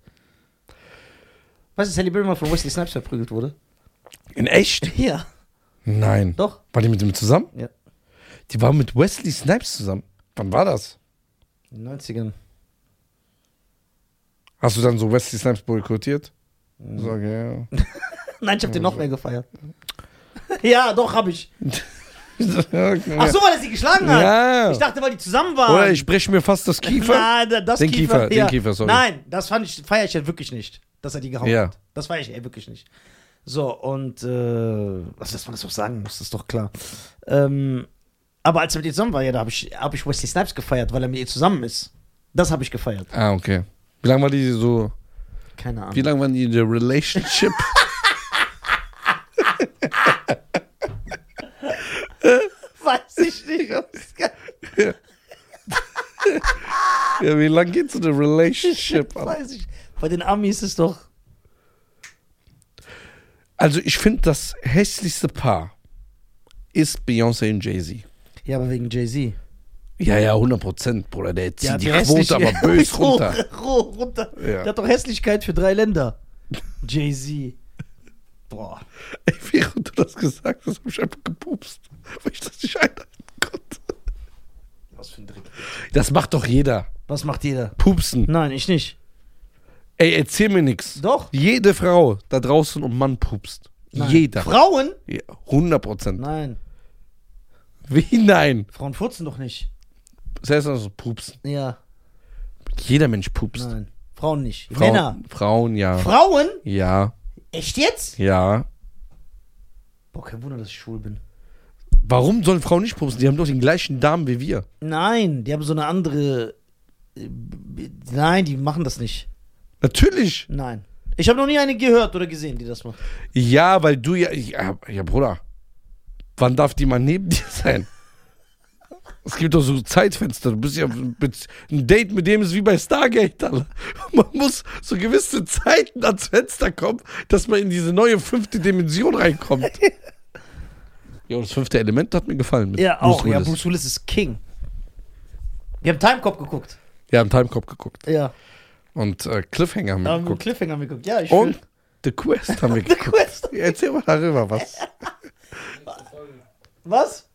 [SPEAKER 1] Weißt du, dass Halle Berry mal von Wesley Snipes verprügelt wurde?
[SPEAKER 2] In echt?
[SPEAKER 1] Ja.
[SPEAKER 2] Nein.
[SPEAKER 1] Doch.
[SPEAKER 2] War die mit ihm zusammen?
[SPEAKER 1] Ja.
[SPEAKER 2] Die war mit Wesley Snipes zusammen. Wann war das?
[SPEAKER 1] In den 90ern.
[SPEAKER 2] Hast du dann so Wesley Snipes boykottiert? Sag ja.
[SPEAKER 1] Nein, ich hab den noch mehr gefeiert. ja, doch, hab ich. Ach
[SPEAKER 2] Ach
[SPEAKER 1] so, weil er sie geschlagen hat.
[SPEAKER 2] Ja.
[SPEAKER 1] Ich dachte, weil die zusammen waren.
[SPEAKER 2] Oder ich breche mir fast das Kiefer.
[SPEAKER 1] Nein, das
[SPEAKER 2] Den Kiefer, den
[SPEAKER 1] ja.
[SPEAKER 2] Kiefer, sorry.
[SPEAKER 1] Nein, das fand ich, feier ich ja wirklich nicht, dass er die gehauen
[SPEAKER 2] Ja.
[SPEAKER 1] hat. Das feier ich ja wirklich nicht. So, und, äh, also, dass man das auch sagen muss, ist doch klar. Ähm, aber als er mit ihr zusammen war, ja, da habe ich, hab ich Wesley Snipes gefeiert, weil er mit ihr zusammen ist. Das habe ich gefeiert.
[SPEAKER 2] Ah, okay. Wie lange war die so?
[SPEAKER 1] Keine Ahnung.
[SPEAKER 2] Wie lange waren die in der Relationship?
[SPEAKER 1] Weiß ich nicht. ob es-
[SPEAKER 2] ja, wie lange geht's in der Relationship? Alter?
[SPEAKER 1] Weiß ich. Bei den Amis ist es doch.
[SPEAKER 2] Also ich finde das hässlichste Paar ist Beyoncé und Jay-Z.
[SPEAKER 1] Ja, aber wegen Jay-Z.
[SPEAKER 2] Ja, ja, 100 Prozent, Bruder. Der zieht
[SPEAKER 1] hat
[SPEAKER 2] die Quote aber bös
[SPEAKER 1] hoch,
[SPEAKER 2] runter.
[SPEAKER 1] hoch, runter.
[SPEAKER 2] Ja.
[SPEAKER 1] Der hat doch Hässlichkeit für drei Länder. Jay-Z. Boah.
[SPEAKER 2] Ey, während du das gesagt hast, hab ich einfach gepupst, weil ich das nicht einhalten konnte.
[SPEAKER 1] Was für ein Dreck.
[SPEAKER 2] Das macht doch jeder.
[SPEAKER 1] Was macht jeder?
[SPEAKER 2] Pupsen.
[SPEAKER 1] Nein, ich nicht.
[SPEAKER 2] Ey, erzähl mir nix.
[SPEAKER 1] Doch.
[SPEAKER 2] Jede Frau da draußen und Mann pupst.
[SPEAKER 1] Nein.
[SPEAKER 2] Jeder.
[SPEAKER 1] Frauen?
[SPEAKER 2] Ja, 100 Prozent.
[SPEAKER 1] Nein.
[SPEAKER 2] Wie nein?
[SPEAKER 1] Frauen furzen doch nicht.
[SPEAKER 2] Das heißt also pupsen.
[SPEAKER 1] Ja,
[SPEAKER 2] Jeder Mensch pupst.
[SPEAKER 1] nein. Frauen nicht.
[SPEAKER 2] Frauen,
[SPEAKER 1] Männer.
[SPEAKER 2] Frauen, ja.
[SPEAKER 1] Frauen?
[SPEAKER 2] ja,
[SPEAKER 1] Echt jetzt?
[SPEAKER 2] ja.
[SPEAKER 1] Boah, kein Wunder, dass ich schwul bin.
[SPEAKER 2] Warum sollen Frauen nicht pupsen? Die haben doch den gleichen Darm wie wir.
[SPEAKER 1] Nein, die haben so eine andere. äh, b- Nein, die machen das nicht.
[SPEAKER 2] Natürlich.
[SPEAKER 1] Nein. Ich habe noch nie eine gehört oder gesehen, die das macht.
[SPEAKER 2] Ja, weil du ja, ja. Ja, Bruder. Wann darf die mal neben dir sein? Es gibt doch so Zeitfenster. Du bist ja mit, ein Date mit dem ist wie bei Stargate. Alter. Man muss so gewisse Zeiten ans Fenster kommen, dass man in diese neue fünfte Dimension reinkommt. ja, das fünfte Element hat mir gefallen. mit
[SPEAKER 1] Ja,
[SPEAKER 2] Bruce
[SPEAKER 1] auch. Ja,
[SPEAKER 2] Willis.
[SPEAKER 1] Bruce Willis ist King. Wir haben Timecop geguckt.
[SPEAKER 2] Wir haben Timecop geguckt
[SPEAKER 1] Ja.
[SPEAKER 2] und äh, Cliffhanger haben
[SPEAKER 1] Da
[SPEAKER 2] wir
[SPEAKER 1] haben wir
[SPEAKER 2] geguckt.
[SPEAKER 1] Cliffhanger haben wir geguckt. Ja, ich
[SPEAKER 2] Und
[SPEAKER 1] will-
[SPEAKER 2] The Quest haben wir
[SPEAKER 1] The
[SPEAKER 2] geguckt.
[SPEAKER 1] Quest.
[SPEAKER 2] Ja, Erzähl mal darüber was.
[SPEAKER 1] Was?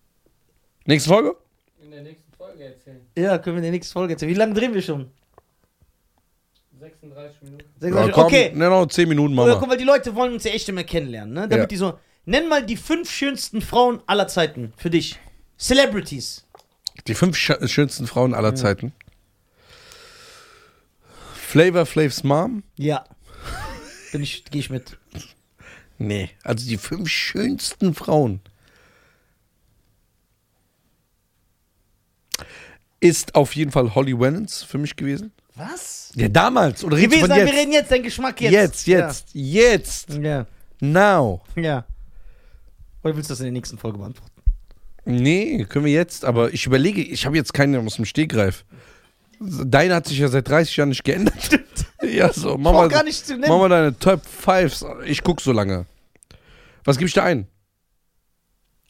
[SPEAKER 2] Nächste Folge?
[SPEAKER 6] in der nächsten Folge erzählen.
[SPEAKER 1] Ja, können wir in der nächsten Folge erzählen. Wie lange drehen wir schon?
[SPEAKER 6] 36 Minuten.
[SPEAKER 2] Ja,
[SPEAKER 1] 36
[SPEAKER 2] komm,
[SPEAKER 1] okay.
[SPEAKER 2] Nee, noch 10 Minuten
[SPEAKER 1] Oder
[SPEAKER 2] machen
[SPEAKER 1] guck,
[SPEAKER 2] wir.
[SPEAKER 1] weil die Leute wollen uns ja echt immer kennenlernen, ne? Damit
[SPEAKER 2] Ja.
[SPEAKER 1] die so. Nenn mal die fünf schönsten Frauen aller Zeiten für dich. Celebrities.
[SPEAKER 2] Die fünf sch- schönsten Frauen aller Zeiten. Flavor Flavs Mom?
[SPEAKER 1] Ja. Bin ich, geh ich mit.
[SPEAKER 2] Nee. Also die fünf schönsten Frauen. Ist auf jeden Fall Holly Wennens für mich gewesen.
[SPEAKER 1] Was?
[SPEAKER 2] Ja, damals. Oder redest du
[SPEAKER 1] Gewesen,
[SPEAKER 2] von
[SPEAKER 1] sein, wir
[SPEAKER 2] jetzt?
[SPEAKER 1] reden jetzt, dein Geschmack jetzt.
[SPEAKER 2] Jetzt, jetzt, jetzt.
[SPEAKER 1] Ja.
[SPEAKER 2] Now.
[SPEAKER 1] ja. ja. Oder willst du das in der nächsten Folge beantworten?
[SPEAKER 2] Nee, können wir jetzt, aber ich überlege, ich habe jetzt keinen aus dem Stegreif. Deine hat sich ja seit 30 Jahren nicht geändert. ja, so, mach
[SPEAKER 1] Brauch
[SPEAKER 2] mal,
[SPEAKER 1] gar nicht zu nennen.
[SPEAKER 2] mach mal deine Top 5s. Ich guck so lange. Was gebe ich da ein?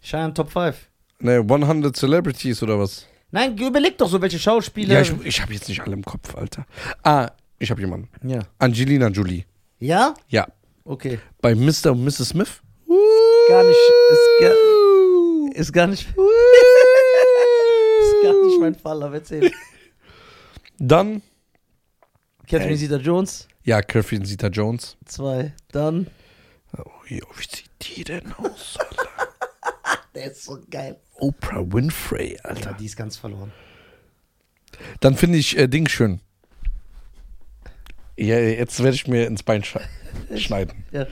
[SPEAKER 1] Cheyenne Top 5.
[SPEAKER 2] Ne, 100 Celebrities oder was?
[SPEAKER 1] Nein, überleg doch so, welche Schauspieler.
[SPEAKER 2] Ja, ich, ich habe jetzt nicht alle im Kopf, Alter. Ah, ich habe jemanden.
[SPEAKER 1] ja.
[SPEAKER 2] Angelina Jolie.
[SPEAKER 1] Ja?
[SPEAKER 2] Ja.
[SPEAKER 1] Okay.
[SPEAKER 2] Bei Mr. und Mrs. Smith?
[SPEAKER 1] Gar nicht. Ist gar, ist gar nicht. ist gar nicht mein Fall, aber erzähl.
[SPEAKER 2] Dann,
[SPEAKER 1] Catherine Zeta Jones.
[SPEAKER 2] ja, Catherine Zeta-Jones.
[SPEAKER 1] Zwei. Dann.
[SPEAKER 2] Wie sieht die denn aus?
[SPEAKER 1] Der ist so geil.
[SPEAKER 2] Oprah Winfrey, Alter.
[SPEAKER 1] Ja, die ist ganz verloren.
[SPEAKER 2] Dann finde ich äh, Ding schön. Ja, jetzt werde ich mir ins Bein sche- schneiden.
[SPEAKER 1] Ja.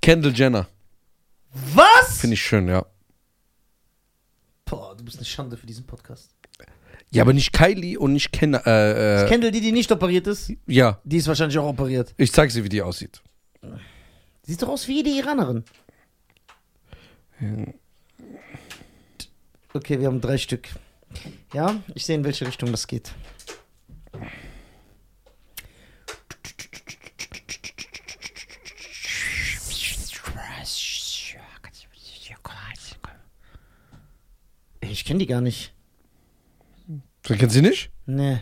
[SPEAKER 2] Kendall Jenner
[SPEAKER 1] Was?
[SPEAKER 2] finde ich schön, ja.
[SPEAKER 1] Boah, du bist eine Schande für diesen Podcast.
[SPEAKER 2] Ja, aber nicht Kylie und nicht Ken. Äh, äh,
[SPEAKER 1] Kendall, die, die nicht operiert ist,
[SPEAKER 2] ja,
[SPEAKER 1] die ist wahrscheinlich auch operiert.
[SPEAKER 2] ich zeige sie, wie die aussieht.
[SPEAKER 1] Sieht doch aus wie jede Iranerin. Okay, wir haben drei Stück. Ja, ich sehe, in welche Richtung das geht. Ich kenne die gar nicht.
[SPEAKER 2] Du kennst sie nicht?
[SPEAKER 1] Nee.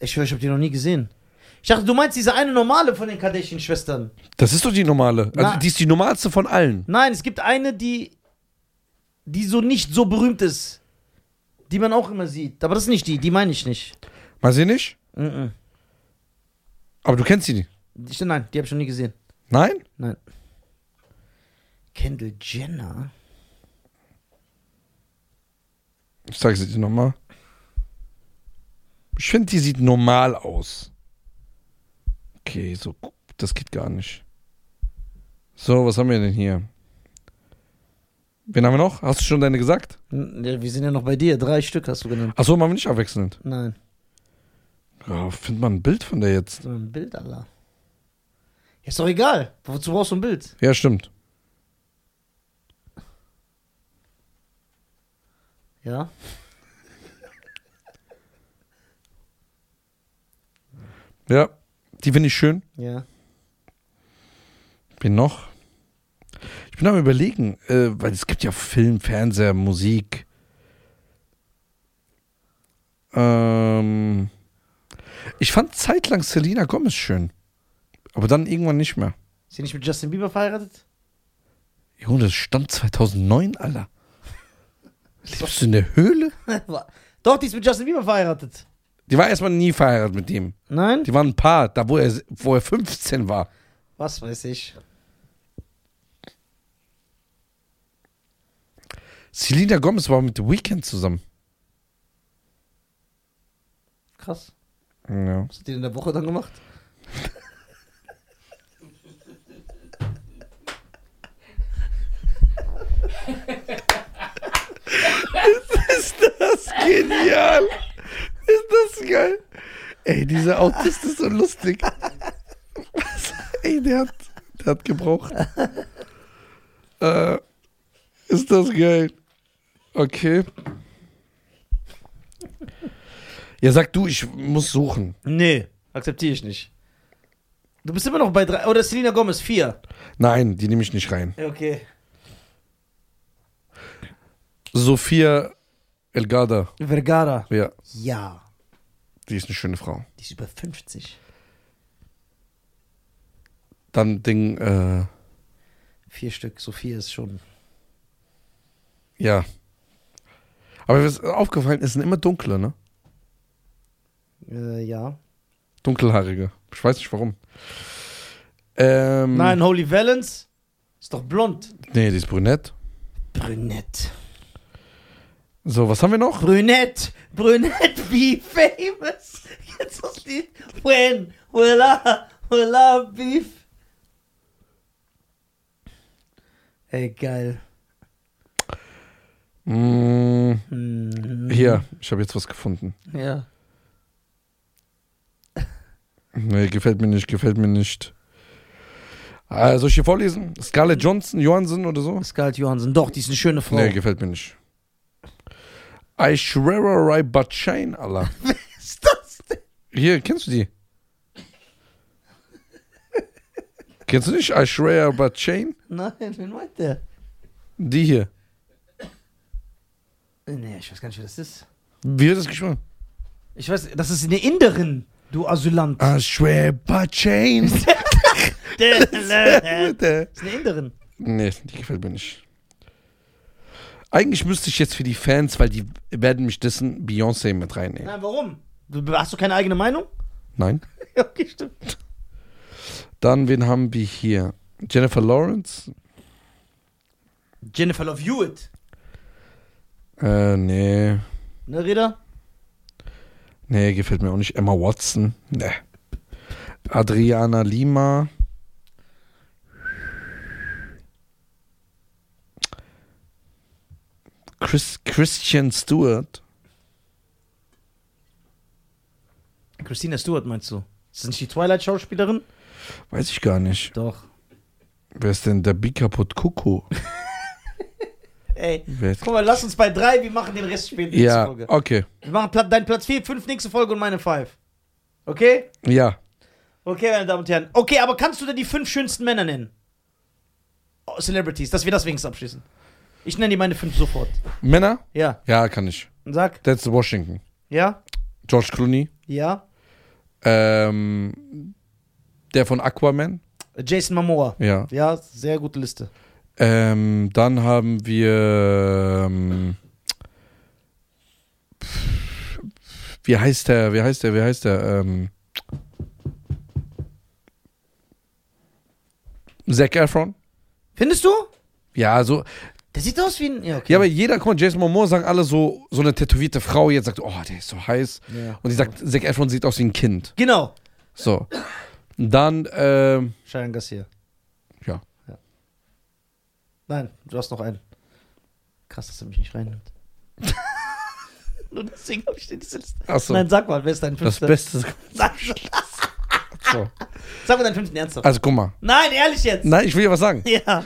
[SPEAKER 1] Ich höre, ich habe die noch nie gesehen. Ich dachte, du meinst diese eine normale von den Kardashian-Schwestern.
[SPEAKER 2] Das ist doch die normale. Also,
[SPEAKER 1] Na-
[SPEAKER 2] die ist die normalste von allen.
[SPEAKER 1] Nein, es gibt eine, die, die so nicht so berühmt ist. Die man auch immer sieht. Aber das ist nicht die, die meine ich nicht.
[SPEAKER 2] Mal sie nicht?
[SPEAKER 1] Mhm.
[SPEAKER 2] Aber du kennst sie nicht.
[SPEAKER 1] Ich, nein, die habe ich noch nie gesehen.
[SPEAKER 2] Nein?
[SPEAKER 1] Nein. Kendall Jenner?
[SPEAKER 2] Ich zeige sie dir nochmal. Ich finde, die sieht normal aus. Okay, so, das geht gar nicht. So, was haben wir denn hier? Wen haben wir noch? Hast du schon deine gesagt?
[SPEAKER 1] N- ja, Wir sind ja noch bei dir. Drei Stück hast du genannt.
[SPEAKER 2] Achso, machen wir nicht abwechselnd.
[SPEAKER 1] Nein.
[SPEAKER 2] Ja, findet man ein Bild von der jetzt?
[SPEAKER 1] So ein Bild aller. Ja, ist doch egal. Wozu brauchst du ein Bild?
[SPEAKER 2] Ja, stimmt.
[SPEAKER 1] Ja?
[SPEAKER 2] Ja, die finde ich schön.
[SPEAKER 1] Ja.
[SPEAKER 2] Wen noch? Ich bin am überlegen, äh, weil es gibt ja Film, Fernseher, Musik. Ähm, ich fand zeitlang Selena Gomez schön. Aber dann irgendwann nicht mehr.
[SPEAKER 1] Ist sie nicht mit Justin Bieber verheiratet?
[SPEAKER 2] Junge, das stand 2009, Alter. Lebst du in der Höhle?
[SPEAKER 1] Doch, die ist mit Justin Bieber verheiratet.
[SPEAKER 2] Die war erstmal nie verheiratet mit ihm.
[SPEAKER 1] Nein?
[SPEAKER 2] Die waren ein Paar, da wo er, wo er 15 war.
[SPEAKER 1] Was weiß ich.
[SPEAKER 2] Selena Gomez war mit The Weeknd zusammen.
[SPEAKER 1] Krass.
[SPEAKER 2] Ja.
[SPEAKER 1] Was hat die in der Woche dann gemacht?
[SPEAKER 2] Ist das genial? Ist das geil? Ey, dieser Autist ist so lustig. Was? Ey, der hat, der hat gebraucht. Äh, ist das geil? Okay. Ja, sag du, ich muss suchen.
[SPEAKER 1] Nee, akzeptiere ich nicht. Du bist immer noch bei drei. Oder Selena Gomez, vier.
[SPEAKER 2] Nein, die nehme ich nicht rein.
[SPEAKER 1] Okay.
[SPEAKER 2] Sophia Elgada.
[SPEAKER 1] Vergara.
[SPEAKER 2] Ja,
[SPEAKER 1] Ja.
[SPEAKER 2] die ist eine schöne Frau.
[SPEAKER 1] Die ist über 50.
[SPEAKER 2] Dann Ding, äh,
[SPEAKER 1] Vier Stück. Sophia ist schon.
[SPEAKER 2] ja. Aber was aufgefallen ist, sind immer dunkle, ne?
[SPEAKER 1] Äh, ja.
[SPEAKER 2] Dunkelhaarige. Ich weiß nicht warum. Ähm,
[SPEAKER 1] Nein, Holy Valence ist doch blond.
[SPEAKER 2] Nee, die ist brünett.
[SPEAKER 1] Brünett.
[SPEAKER 2] So, was haben wir noch?
[SPEAKER 1] Brünett. Brünett, be famous. Jetzt muss die. When will I, will I be. Ey, geil.
[SPEAKER 2] Mm,
[SPEAKER 1] Hm,
[SPEAKER 2] hier, ich habe jetzt was gefunden.
[SPEAKER 1] Ja.
[SPEAKER 2] Nee, gefällt mir nicht, gefällt mir nicht. Äh, soll ich hier vorlesen? Scarlett Johnson, Johansson oder so?
[SPEAKER 1] Scarlett Johansson. Doch, die ist eine schöne Frau.
[SPEAKER 2] Nee, gefällt mir nicht. Aishwarya Rai Bachchan, Allah.
[SPEAKER 1] ist das denn?
[SPEAKER 2] Hier, kennst du die? kennst du nicht Aishwarya Bachchan?
[SPEAKER 1] Nein, wen meint der?
[SPEAKER 2] Die hier.
[SPEAKER 1] Nee, ich weiß gar nicht, wer das ist.
[SPEAKER 2] Wie wird das geschrieben?
[SPEAKER 1] Ich weiß, das ist eine Inderin, du Asylant.
[SPEAKER 2] Ah. Aishwarya Bachchan.
[SPEAKER 1] Das
[SPEAKER 2] Bitte.
[SPEAKER 1] ist eine Inderin.
[SPEAKER 2] Nee, die gefällt mir nicht. Eigentlich müsste ich jetzt für die Fans, weil die werden mich dessen Beyoncé mit reinnehmen.
[SPEAKER 1] Nein, warum? Du, hast du keine eigene Meinung?
[SPEAKER 2] Nein.
[SPEAKER 1] Ja, okay, stimmt.
[SPEAKER 2] Dann, wen haben wir hier? Jennifer Lawrence?
[SPEAKER 1] Jennifer Love Hewitt.
[SPEAKER 2] Äh, nee.
[SPEAKER 1] Ne, Reda?
[SPEAKER 2] Nee, gefällt mir auch nicht. Emma Watson? Nee. Adriana Lima? Chris, Christian Stewart?
[SPEAKER 1] Christina Stewart meinst du? Ist das nicht die Twilight-Schauspielerin?
[SPEAKER 2] Weiß ich gar nicht.
[SPEAKER 1] Doch.
[SPEAKER 2] Wer ist denn der Bikapot Kuku?
[SPEAKER 1] Ey,
[SPEAKER 2] Wer ist
[SPEAKER 1] guck mal, lass uns bei drei, wir machen den Rest später nächste
[SPEAKER 2] ja,
[SPEAKER 1] Folge.
[SPEAKER 2] okay.
[SPEAKER 1] Wir machen Pla- deinen Platz 4, 5 nächste Folge und meine 5. Okay?
[SPEAKER 2] Ja.
[SPEAKER 1] Okay, meine Damen und Herren. Okay, aber kannst du denn die fünf schönsten Männer nennen? Oh, Celebrities, dass wir das wenigstens abschließen. Ich nenne dir meine fünf sofort.
[SPEAKER 2] Männer?
[SPEAKER 1] Ja.
[SPEAKER 2] Ja, kann ich.
[SPEAKER 1] Und sag.
[SPEAKER 2] Denzel Washington.
[SPEAKER 1] Ja?
[SPEAKER 2] George Clooney.
[SPEAKER 1] Ja?
[SPEAKER 2] Ähm, der von Aquaman.
[SPEAKER 1] Jason Momoa.
[SPEAKER 2] Ja.
[SPEAKER 1] Ja, sehr gute Liste.
[SPEAKER 2] Ähm, dann haben wir. Ähm, wie heißt der? Wie heißt der? Wie heißt der? Ähm, Zac Efron.
[SPEAKER 1] Findest du?
[SPEAKER 2] Ja, so.
[SPEAKER 1] Der sieht aus wie ein. Ja, okay.
[SPEAKER 2] Ja, aber jeder, guck mal, Jason Momoa sagen alle so, so eine tätowierte Frau jetzt sagt, oh, der ist so heiß.
[SPEAKER 1] Ja.
[SPEAKER 2] Und die sagt, Zac Efron sieht aus wie ein Kind.
[SPEAKER 1] genau.
[SPEAKER 2] So. Dann, ähm,
[SPEAKER 1] Sharon Garcia.
[SPEAKER 2] ja.
[SPEAKER 1] Nein, du hast noch einen. Krass, dass er mich nicht reinnimmt. Nur deswegen habe ich dir diese Liste.
[SPEAKER 2] Achso,
[SPEAKER 1] Nein, sag mal, wer ist dein
[SPEAKER 2] das
[SPEAKER 1] fünfter?
[SPEAKER 2] Beste.
[SPEAKER 1] Sag,
[SPEAKER 2] So.
[SPEAKER 1] sag mal deinen fünften ernsthaft.
[SPEAKER 2] Also guck mal.
[SPEAKER 1] Nein, ehrlich jetzt.
[SPEAKER 2] Nein, ich will dir was sagen.
[SPEAKER 1] Ja,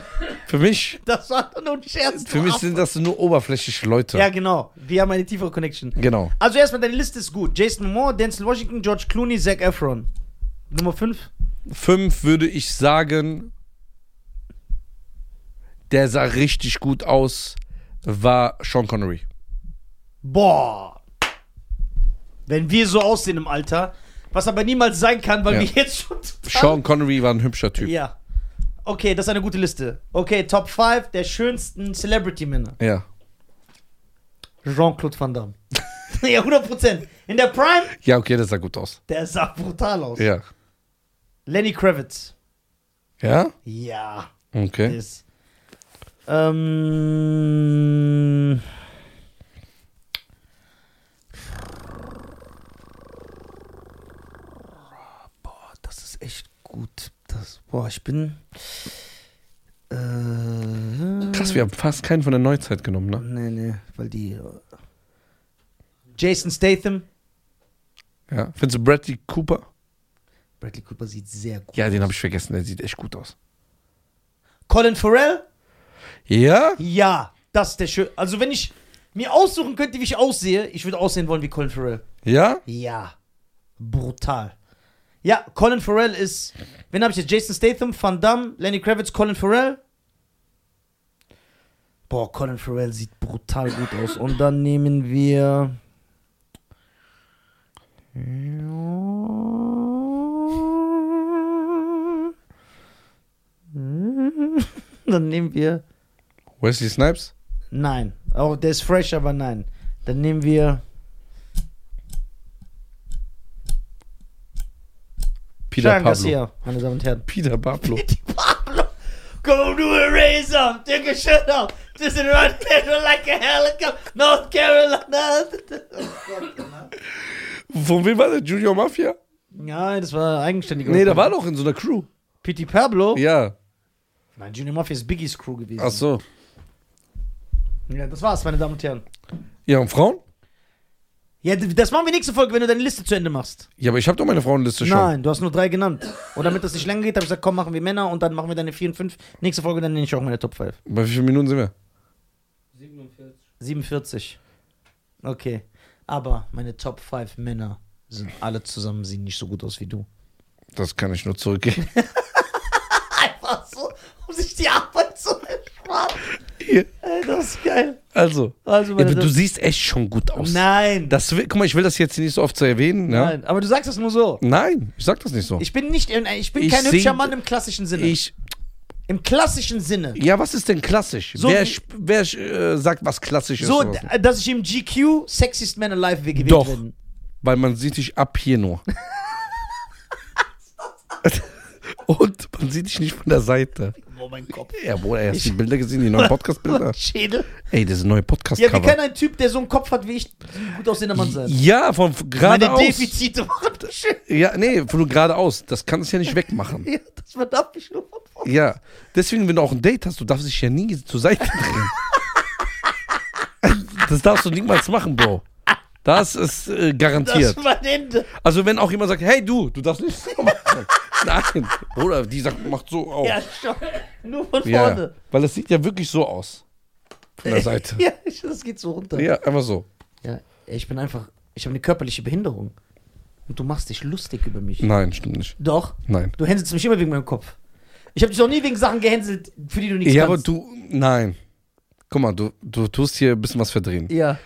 [SPEAKER 2] Für mich,
[SPEAKER 1] das war doch nur ein Scherz. du
[SPEAKER 2] für mich
[SPEAKER 1] Affe.
[SPEAKER 2] sind das nur oberflächliche Leute.
[SPEAKER 1] Ja, genau. Wir haben eine tiefere Connection.
[SPEAKER 2] Genau.
[SPEAKER 1] Also erstmal, deine Liste ist gut. Jason Momoa, Denzel Washington, George Clooney, Zac Efron. Nummer 5.
[SPEAKER 2] Fünf würde ich sagen. der sah richtig gut aus, war Sean Connery.
[SPEAKER 1] Boah. Wenn wir so aussehen im Alter, was aber niemals sein kann, weil
[SPEAKER 2] Ja.
[SPEAKER 1] wir jetzt schon total
[SPEAKER 2] Sean Connery war ein hübscher Typ.
[SPEAKER 1] Ah. Ja. Okay, das ist eine gute Liste. Okay, Top 5 der schönsten Celebrity-Männer.
[SPEAKER 2] Ja.
[SPEAKER 1] Jean-Claude Van Damme. ja, 100%. In der Prime,
[SPEAKER 2] Ja, okay, das sah gut aus.
[SPEAKER 1] der sah brutal aus.
[SPEAKER 2] Ja.
[SPEAKER 1] Lenny Kravitz.
[SPEAKER 2] Ja?
[SPEAKER 1] Ja, der
[SPEAKER 2] Okay.
[SPEAKER 1] ist. Ähm. Boah, das ist echt gut. Das, boah, ich bin. Äh,
[SPEAKER 2] Krass, wir haben fast keinen von der Neuzeit genommen, ne?
[SPEAKER 1] Nee, nee, weil die. äh, Jason Statham.
[SPEAKER 2] Ja. Findest du Bradley Cooper?
[SPEAKER 1] Bradley Cooper sieht sehr gut.
[SPEAKER 2] Ja, den habe ich vergessen, der sieht echt gut aus.
[SPEAKER 1] Colin Farrell?
[SPEAKER 2] Ja?
[SPEAKER 1] Ja, das ist der schön. Also, wenn ich mir aussuchen könnte, wie ich aussehe, ich würde aussehen wollen wie Colin Farrell.
[SPEAKER 2] Ja?
[SPEAKER 1] Ja. Brutal. Ja, Colin Farrell ist. Wen habe ich jetzt? Jason Statham, Van Damme, Lenny Kravitz, Colin Farrell? Boah, Colin Farrell sieht brutal gut aus. Und dann nehmen wir. Dann nehmen wir.
[SPEAKER 2] Wesley Snipes?
[SPEAKER 1] Nein. Auch der ist fresh, aber nein. Dann nehmen wir.
[SPEAKER 2] Peter
[SPEAKER 1] Jean
[SPEAKER 2] Pablo.
[SPEAKER 1] Garcia, meine Damen und Herren.
[SPEAKER 2] Peter Pablo.
[SPEAKER 1] Pablo, go to a razor, take a shirt off, just run pedal like a helicopter, North Carolina.
[SPEAKER 2] Von wem war der? Junior Mafia?
[SPEAKER 1] Nein, das war eigenständig.
[SPEAKER 2] Nee, der war doch in so einer Crew.
[SPEAKER 1] Pity Pablo.
[SPEAKER 2] Ja.
[SPEAKER 1] Nein, Junior Mafia ist Biggies Crew gewesen.
[SPEAKER 2] Ach so.
[SPEAKER 1] Ja, das war's, meine Damen und Herren.
[SPEAKER 2] Ja, und Frauen?
[SPEAKER 1] Ja, d- das machen wir nächste Folge, wenn du deine Liste zu Ende machst.
[SPEAKER 2] Ja, aber ich habe doch meine Frauenliste schon.
[SPEAKER 1] Nein, du hast nur drei genannt. Und damit das nicht länger geht, habe ich gesagt, komm, machen wir Männer und dann machen wir deine vier und fünf. Nächste Folge, dann nenne ich auch meine Top 5.
[SPEAKER 2] Bei wie vielen Minuten sind wir?
[SPEAKER 6] 47.
[SPEAKER 1] 47. Okay. Aber meine Top 5 Männer sind alle zusammen, sehen nicht so gut aus wie du.
[SPEAKER 2] Das kann ich nur zurückgeben.
[SPEAKER 1] einfach so, um sich die Arbeit zu ersparen. Ey, das ist geil.
[SPEAKER 2] also.
[SPEAKER 1] Also,
[SPEAKER 2] ja,
[SPEAKER 1] meine
[SPEAKER 2] aber du
[SPEAKER 1] Damen-
[SPEAKER 2] siehst echt schon gut aus.
[SPEAKER 1] Nein,
[SPEAKER 2] Das, will- guck mal, ich will das jetzt nicht so oft so erwähnen. Ja? Nein.
[SPEAKER 1] nein, aber du sagst das nur so.
[SPEAKER 2] Nein, ich sag das nicht so.
[SPEAKER 1] Ich bin nicht, in- ich bin
[SPEAKER 2] Ich
[SPEAKER 1] kein
[SPEAKER 2] seh-
[SPEAKER 1] hübscher Mann im klassischen Sinne.
[SPEAKER 2] Ich-
[SPEAKER 1] Im klassischen Sinne.
[SPEAKER 2] ja, was ist denn klassisch?
[SPEAKER 1] So
[SPEAKER 2] wer
[SPEAKER 1] wie-
[SPEAKER 2] sp- wer äh, sagt, was klassisch
[SPEAKER 1] So,
[SPEAKER 2] ist? oder was nicht?
[SPEAKER 1] d- dass ich im GQ Sexiest Man Alive will gewählt
[SPEAKER 2] Doch.
[SPEAKER 1] werden.
[SPEAKER 2] Weil man sieht dich ab hier nur. Und man sieht dich nicht von der Seite.
[SPEAKER 1] Oh mein Kopf.
[SPEAKER 2] Ja, Bruder, hast du die Bilder gesehen, die neuen Podcast-Bilder?
[SPEAKER 1] Schädel.
[SPEAKER 2] Ey, das ist ein neuer
[SPEAKER 1] Ja, wie kann
[SPEAKER 2] Podcast-Cover.
[SPEAKER 1] ein Typ, der so einen Kopf hat wie ich, ein gut aussehender Mann sein?
[SPEAKER 2] Ja, von
[SPEAKER 1] Meine
[SPEAKER 2] geradeaus.
[SPEAKER 1] Defizite machen das schön.
[SPEAKER 2] Ja, nee, von geradeaus. Das kannst du ja nicht wegmachen.
[SPEAKER 1] Ja, das verdammt mich nur von vorne.
[SPEAKER 2] Ja, deswegen, wenn du auch ein Date hast, du darfst dich ja nie zur Seite drehen. Das darfst du niemals machen, Bro. Das ist äh,
[SPEAKER 1] Das
[SPEAKER 2] garantiert.
[SPEAKER 1] ist mein Ende.
[SPEAKER 2] Also wenn auch jemand sagt, hey du, du darfst nicht so machen. Nein. Oder die sagt, macht so auch.
[SPEAKER 1] Ja, schon. Nur von
[SPEAKER 2] Ja,
[SPEAKER 1] vorne.
[SPEAKER 2] Weil das sieht ja wirklich so aus. Von der Seite.
[SPEAKER 1] Ja, ich- das geht so runter.
[SPEAKER 2] Ja, einfach so.
[SPEAKER 1] Ja, ich bin einfach, ich habe eine körperliche Behinderung. Und du machst dich lustig über mich.
[SPEAKER 2] Nein, stimmt nicht.
[SPEAKER 1] Doch.
[SPEAKER 2] Hm. Nein.
[SPEAKER 1] Du hänselst mich immer wegen meinem Kopf. Ich habe dich noch nie wegen Sachen gehänselt, für die du nichts
[SPEAKER 2] ja, aber
[SPEAKER 1] kannst.
[SPEAKER 2] du, nein. Guck mal, du, du tust hier ein bisschen was verdrehen.
[SPEAKER 1] Ja.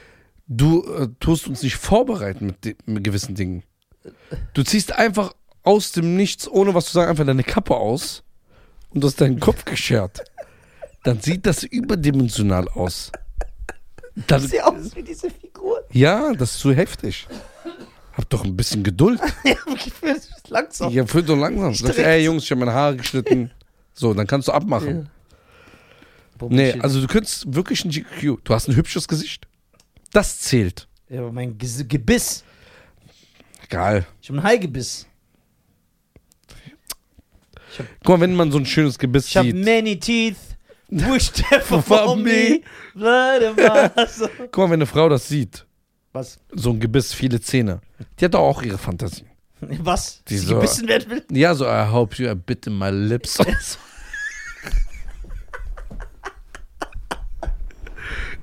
[SPEAKER 2] Du äh, tust uns nicht vorbereiten mit, di- mit gewissen Dingen. Du ziehst einfach aus dem Nichts, ohne was zu sagen, einfach deine Kappe aus und hast deinen Kopf geschert. Dann sieht das überdimensional aus. Dann,
[SPEAKER 1] Sieh aus wie diese Figur.
[SPEAKER 2] ja, das ist zu heftig. Hab doch ein bisschen Geduld.
[SPEAKER 1] Ja, wirklich, das ist langsam.
[SPEAKER 2] Ich empfinde so langsam. Sagst,
[SPEAKER 1] Strikt.
[SPEAKER 2] ey Jungs, ich habe meine Haare geschnitten. So, dann kannst du abmachen.
[SPEAKER 1] Boah,
[SPEAKER 2] Nee,
[SPEAKER 1] shit.
[SPEAKER 2] also du könntest wirklich ein GQ. Du hast ein hübsches Gesicht. Das zählt.
[SPEAKER 1] Ja, aber mein Ges Gebiss.
[SPEAKER 2] Egal.
[SPEAKER 1] Ich habe ein Haigebiss.
[SPEAKER 2] Guck mal, wenn man so ein schönes Gebiss
[SPEAKER 1] Ich habe
[SPEAKER 2] sieht.
[SPEAKER 1] many teeth. Wish for, for me.
[SPEAKER 2] me.
[SPEAKER 1] Blood and Wasser.
[SPEAKER 2] Guck mal, wenn eine Frau das sieht.
[SPEAKER 1] Was?
[SPEAKER 2] So ein Gebiss, viele Zähne. Die hat doch auch ihre Fantasie.
[SPEAKER 1] Was?
[SPEAKER 2] Die
[SPEAKER 1] Die
[SPEAKER 2] so-
[SPEAKER 1] gebissen werden will?
[SPEAKER 2] Ja, so I hope you a bit in my lips.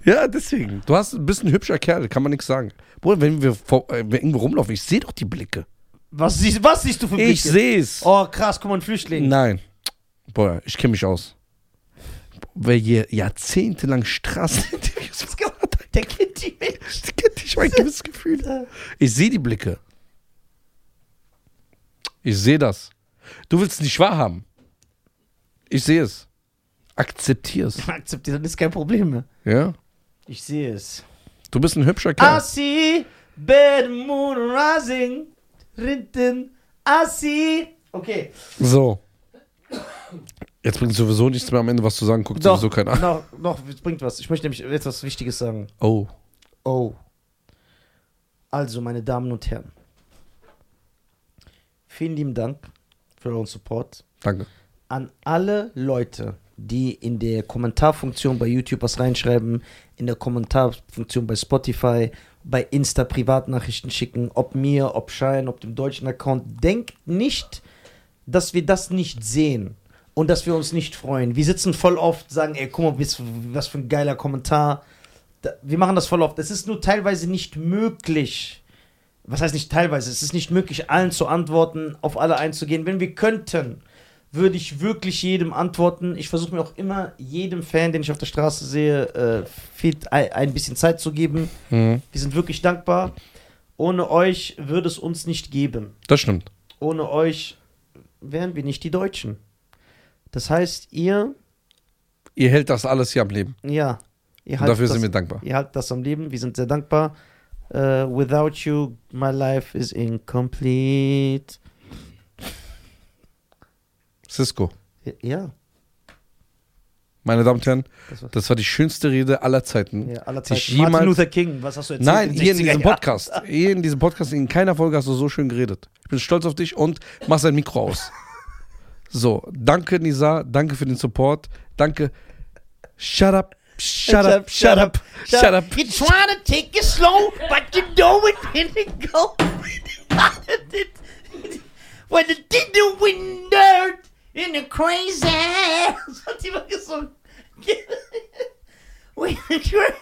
[SPEAKER 2] ja, deswegen. Du hast, bist ein hübscher Kerl, kann man nichts sagen. Bruder, wenn wir, vor, äh, wenn wir irgendwo rumlaufen, ich sehe doch die Blicke.
[SPEAKER 1] Was siehst, was siehst du für
[SPEAKER 2] Ich
[SPEAKER 1] Blicke?
[SPEAKER 2] sehe es.
[SPEAKER 1] Oh, krass, guck mal, ein Flüchtling.
[SPEAKER 2] Nein. Boah, ich kenne mich aus. wer hier jahrzehntelang Straßeninterviews macht,
[SPEAKER 1] Der kennt die Menschen.
[SPEAKER 2] der kennt nicht mein gewisses Gefühl. Ich sehe die Blicke. Ich sehe das. Du willst es nicht wahrhaben. Ich sehe es. Akzeptier es.
[SPEAKER 1] Akzeptiert, dann ist kein Problem mehr.
[SPEAKER 2] Ja?
[SPEAKER 1] Ich sehe es.
[SPEAKER 2] Du bist ein hübscher
[SPEAKER 1] I
[SPEAKER 2] Kerl.
[SPEAKER 1] see bad moon rising. Rinten. I see. Okay.
[SPEAKER 2] So. Jetzt bringt sowieso nichts mehr am Ende, was zu sagen. Guckt sowieso keiner an.
[SPEAKER 1] Noch, noch, es bringt was. Ich möchte nämlich jetzt was Wichtiges sagen.
[SPEAKER 2] Oh.
[SPEAKER 1] Oh. Also, meine Damen und Herren. Vielen lieben Dank für euren Support.
[SPEAKER 2] Danke.
[SPEAKER 1] an alle Leute, die in der Kommentarfunktion bei YouTube was reinschreiben, in der Kommentarfunktion bei Spotify, bei Insta Privatnachrichten schicken, ob mir, ob Schein, ob dem deutschen Account. Denkt nicht, dass wir das nicht sehen und dass wir uns nicht freuen. Wir sitzen voll oft, sagen, ey, guck mal, was- was für ein geiler Kommentar. Da- Wir machen das voll oft. Es ist nur teilweise nicht möglich. Was heißt nicht teilweise? Es ist nicht möglich, allen zu antworten, auf alle einzugehen. Wenn wir könnten, würde ich wirklich jedem antworten. Ich versuche mir auch immer jedem Fan, den ich auf der Straße sehe, äh, viel, ein, ein bisschen Zeit zu geben.
[SPEAKER 2] Mhm.
[SPEAKER 1] Wir sind wirklich dankbar. Ohne euch würde es uns nicht geben.
[SPEAKER 2] Das stimmt.
[SPEAKER 1] Ohne euch wären wir nicht die Deutschen. Das heißt, ihr,
[SPEAKER 2] Ihr hält das alles hier am Leben.
[SPEAKER 1] ja, ihr
[SPEAKER 2] Und dafür
[SPEAKER 1] Halt das,
[SPEAKER 2] sind wir dankbar.
[SPEAKER 1] Ihr haltet das am Leben. Wir sind sehr dankbar. Äh, without you, my life is incomplete.
[SPEAKER 2] Cisco,
[SPEAKER 1] Ja,
[SPEAKER 2] meine Damen und Herren,
[SPEAKER 1] Das war-
[SPEAKER 2] das war die schönste Rede aller Zeiten.
[SPEAKER 1] ja aller
[SPEAKER 2] die ich
[SPEAKER 1] Zeiten. Martin
[SPEAKER 2] jemals
[SPEAKER 1] Luther King, was hast du erzählt?
[SPEAKER 2] Nein,
[SPEAKER 1] den
[SPEAKER 2] hier in
[SPEAKER 1] 60er
[SPEAKER 2] diesem
[SPEAKER 1] Jahren?
[SPEAKER 2] Podcast. Hier in diesem Podcast, in keiner Folge hast du so schön geredet. Ich bin stolz auf dich und mach sein Mikro aus. So, danke Nisa, danke für den Support, danke. Shut up, shut up, shut up, shut up.
[SPEAKER 1] You try to take it slow, but you know it didn't go. When the did the window in the crazy. Das hat die mal gesungen. When the cra-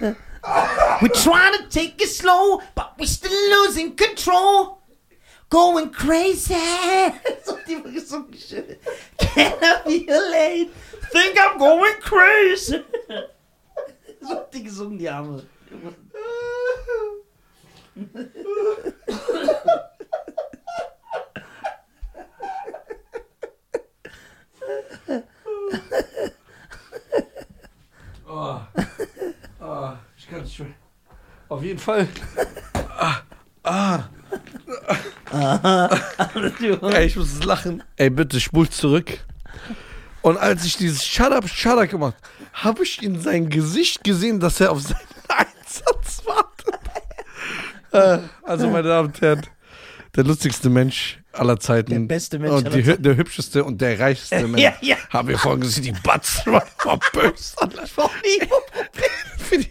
[SPEAKER 1] We trying to take it slow, but we still losing control. Going crazy. So die war so schön. Can I be late? Think I'm going crazy. So hat die gesungen, die Arme.
[SPEAKER 2] Ich kann nicht mehr. Auf jeden Fall.
[SPEAKER 1] Ah. Ah.
[SPEAKER 2] Ey, ich muss lachen. Ey, bitte spul zurück. Und als ich dieses Shut up, shut up gemacht habe ich in sein Gesicht gesehen, dass er auf seinen Einsatz wartet. Äh, also, meine Damen und Herren, der lustigste Mensch aller Zeiten.
[SPEAKER 1] Der beste Mensch
[SPEAKER 2] Und
[SPEAKER 1] aller
[SPEAKER 2] die, hü- der hübscheste und der reichste Mensch.
[SPEAKER 1] ja, ja.
[SPEAKER 2] Haben wir vorhin gesehen, die Batzen waren verböst. Ich brauche Ibuprofen.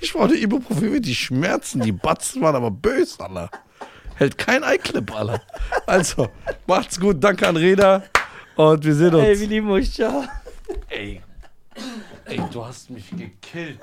[SPEAKER 2] Ich brauche Ibuprofen für die Schmerzen. Die Batzen waren aber böse, Alter. Hält kein Eiclip, Alter. Also, macht's gut. Danke an Reda. Und wir sehen uns.
[SPEAKER 1] lieben euch, ciao.
[SPEAKER 2] Ey, ey, du hast mich gekillt.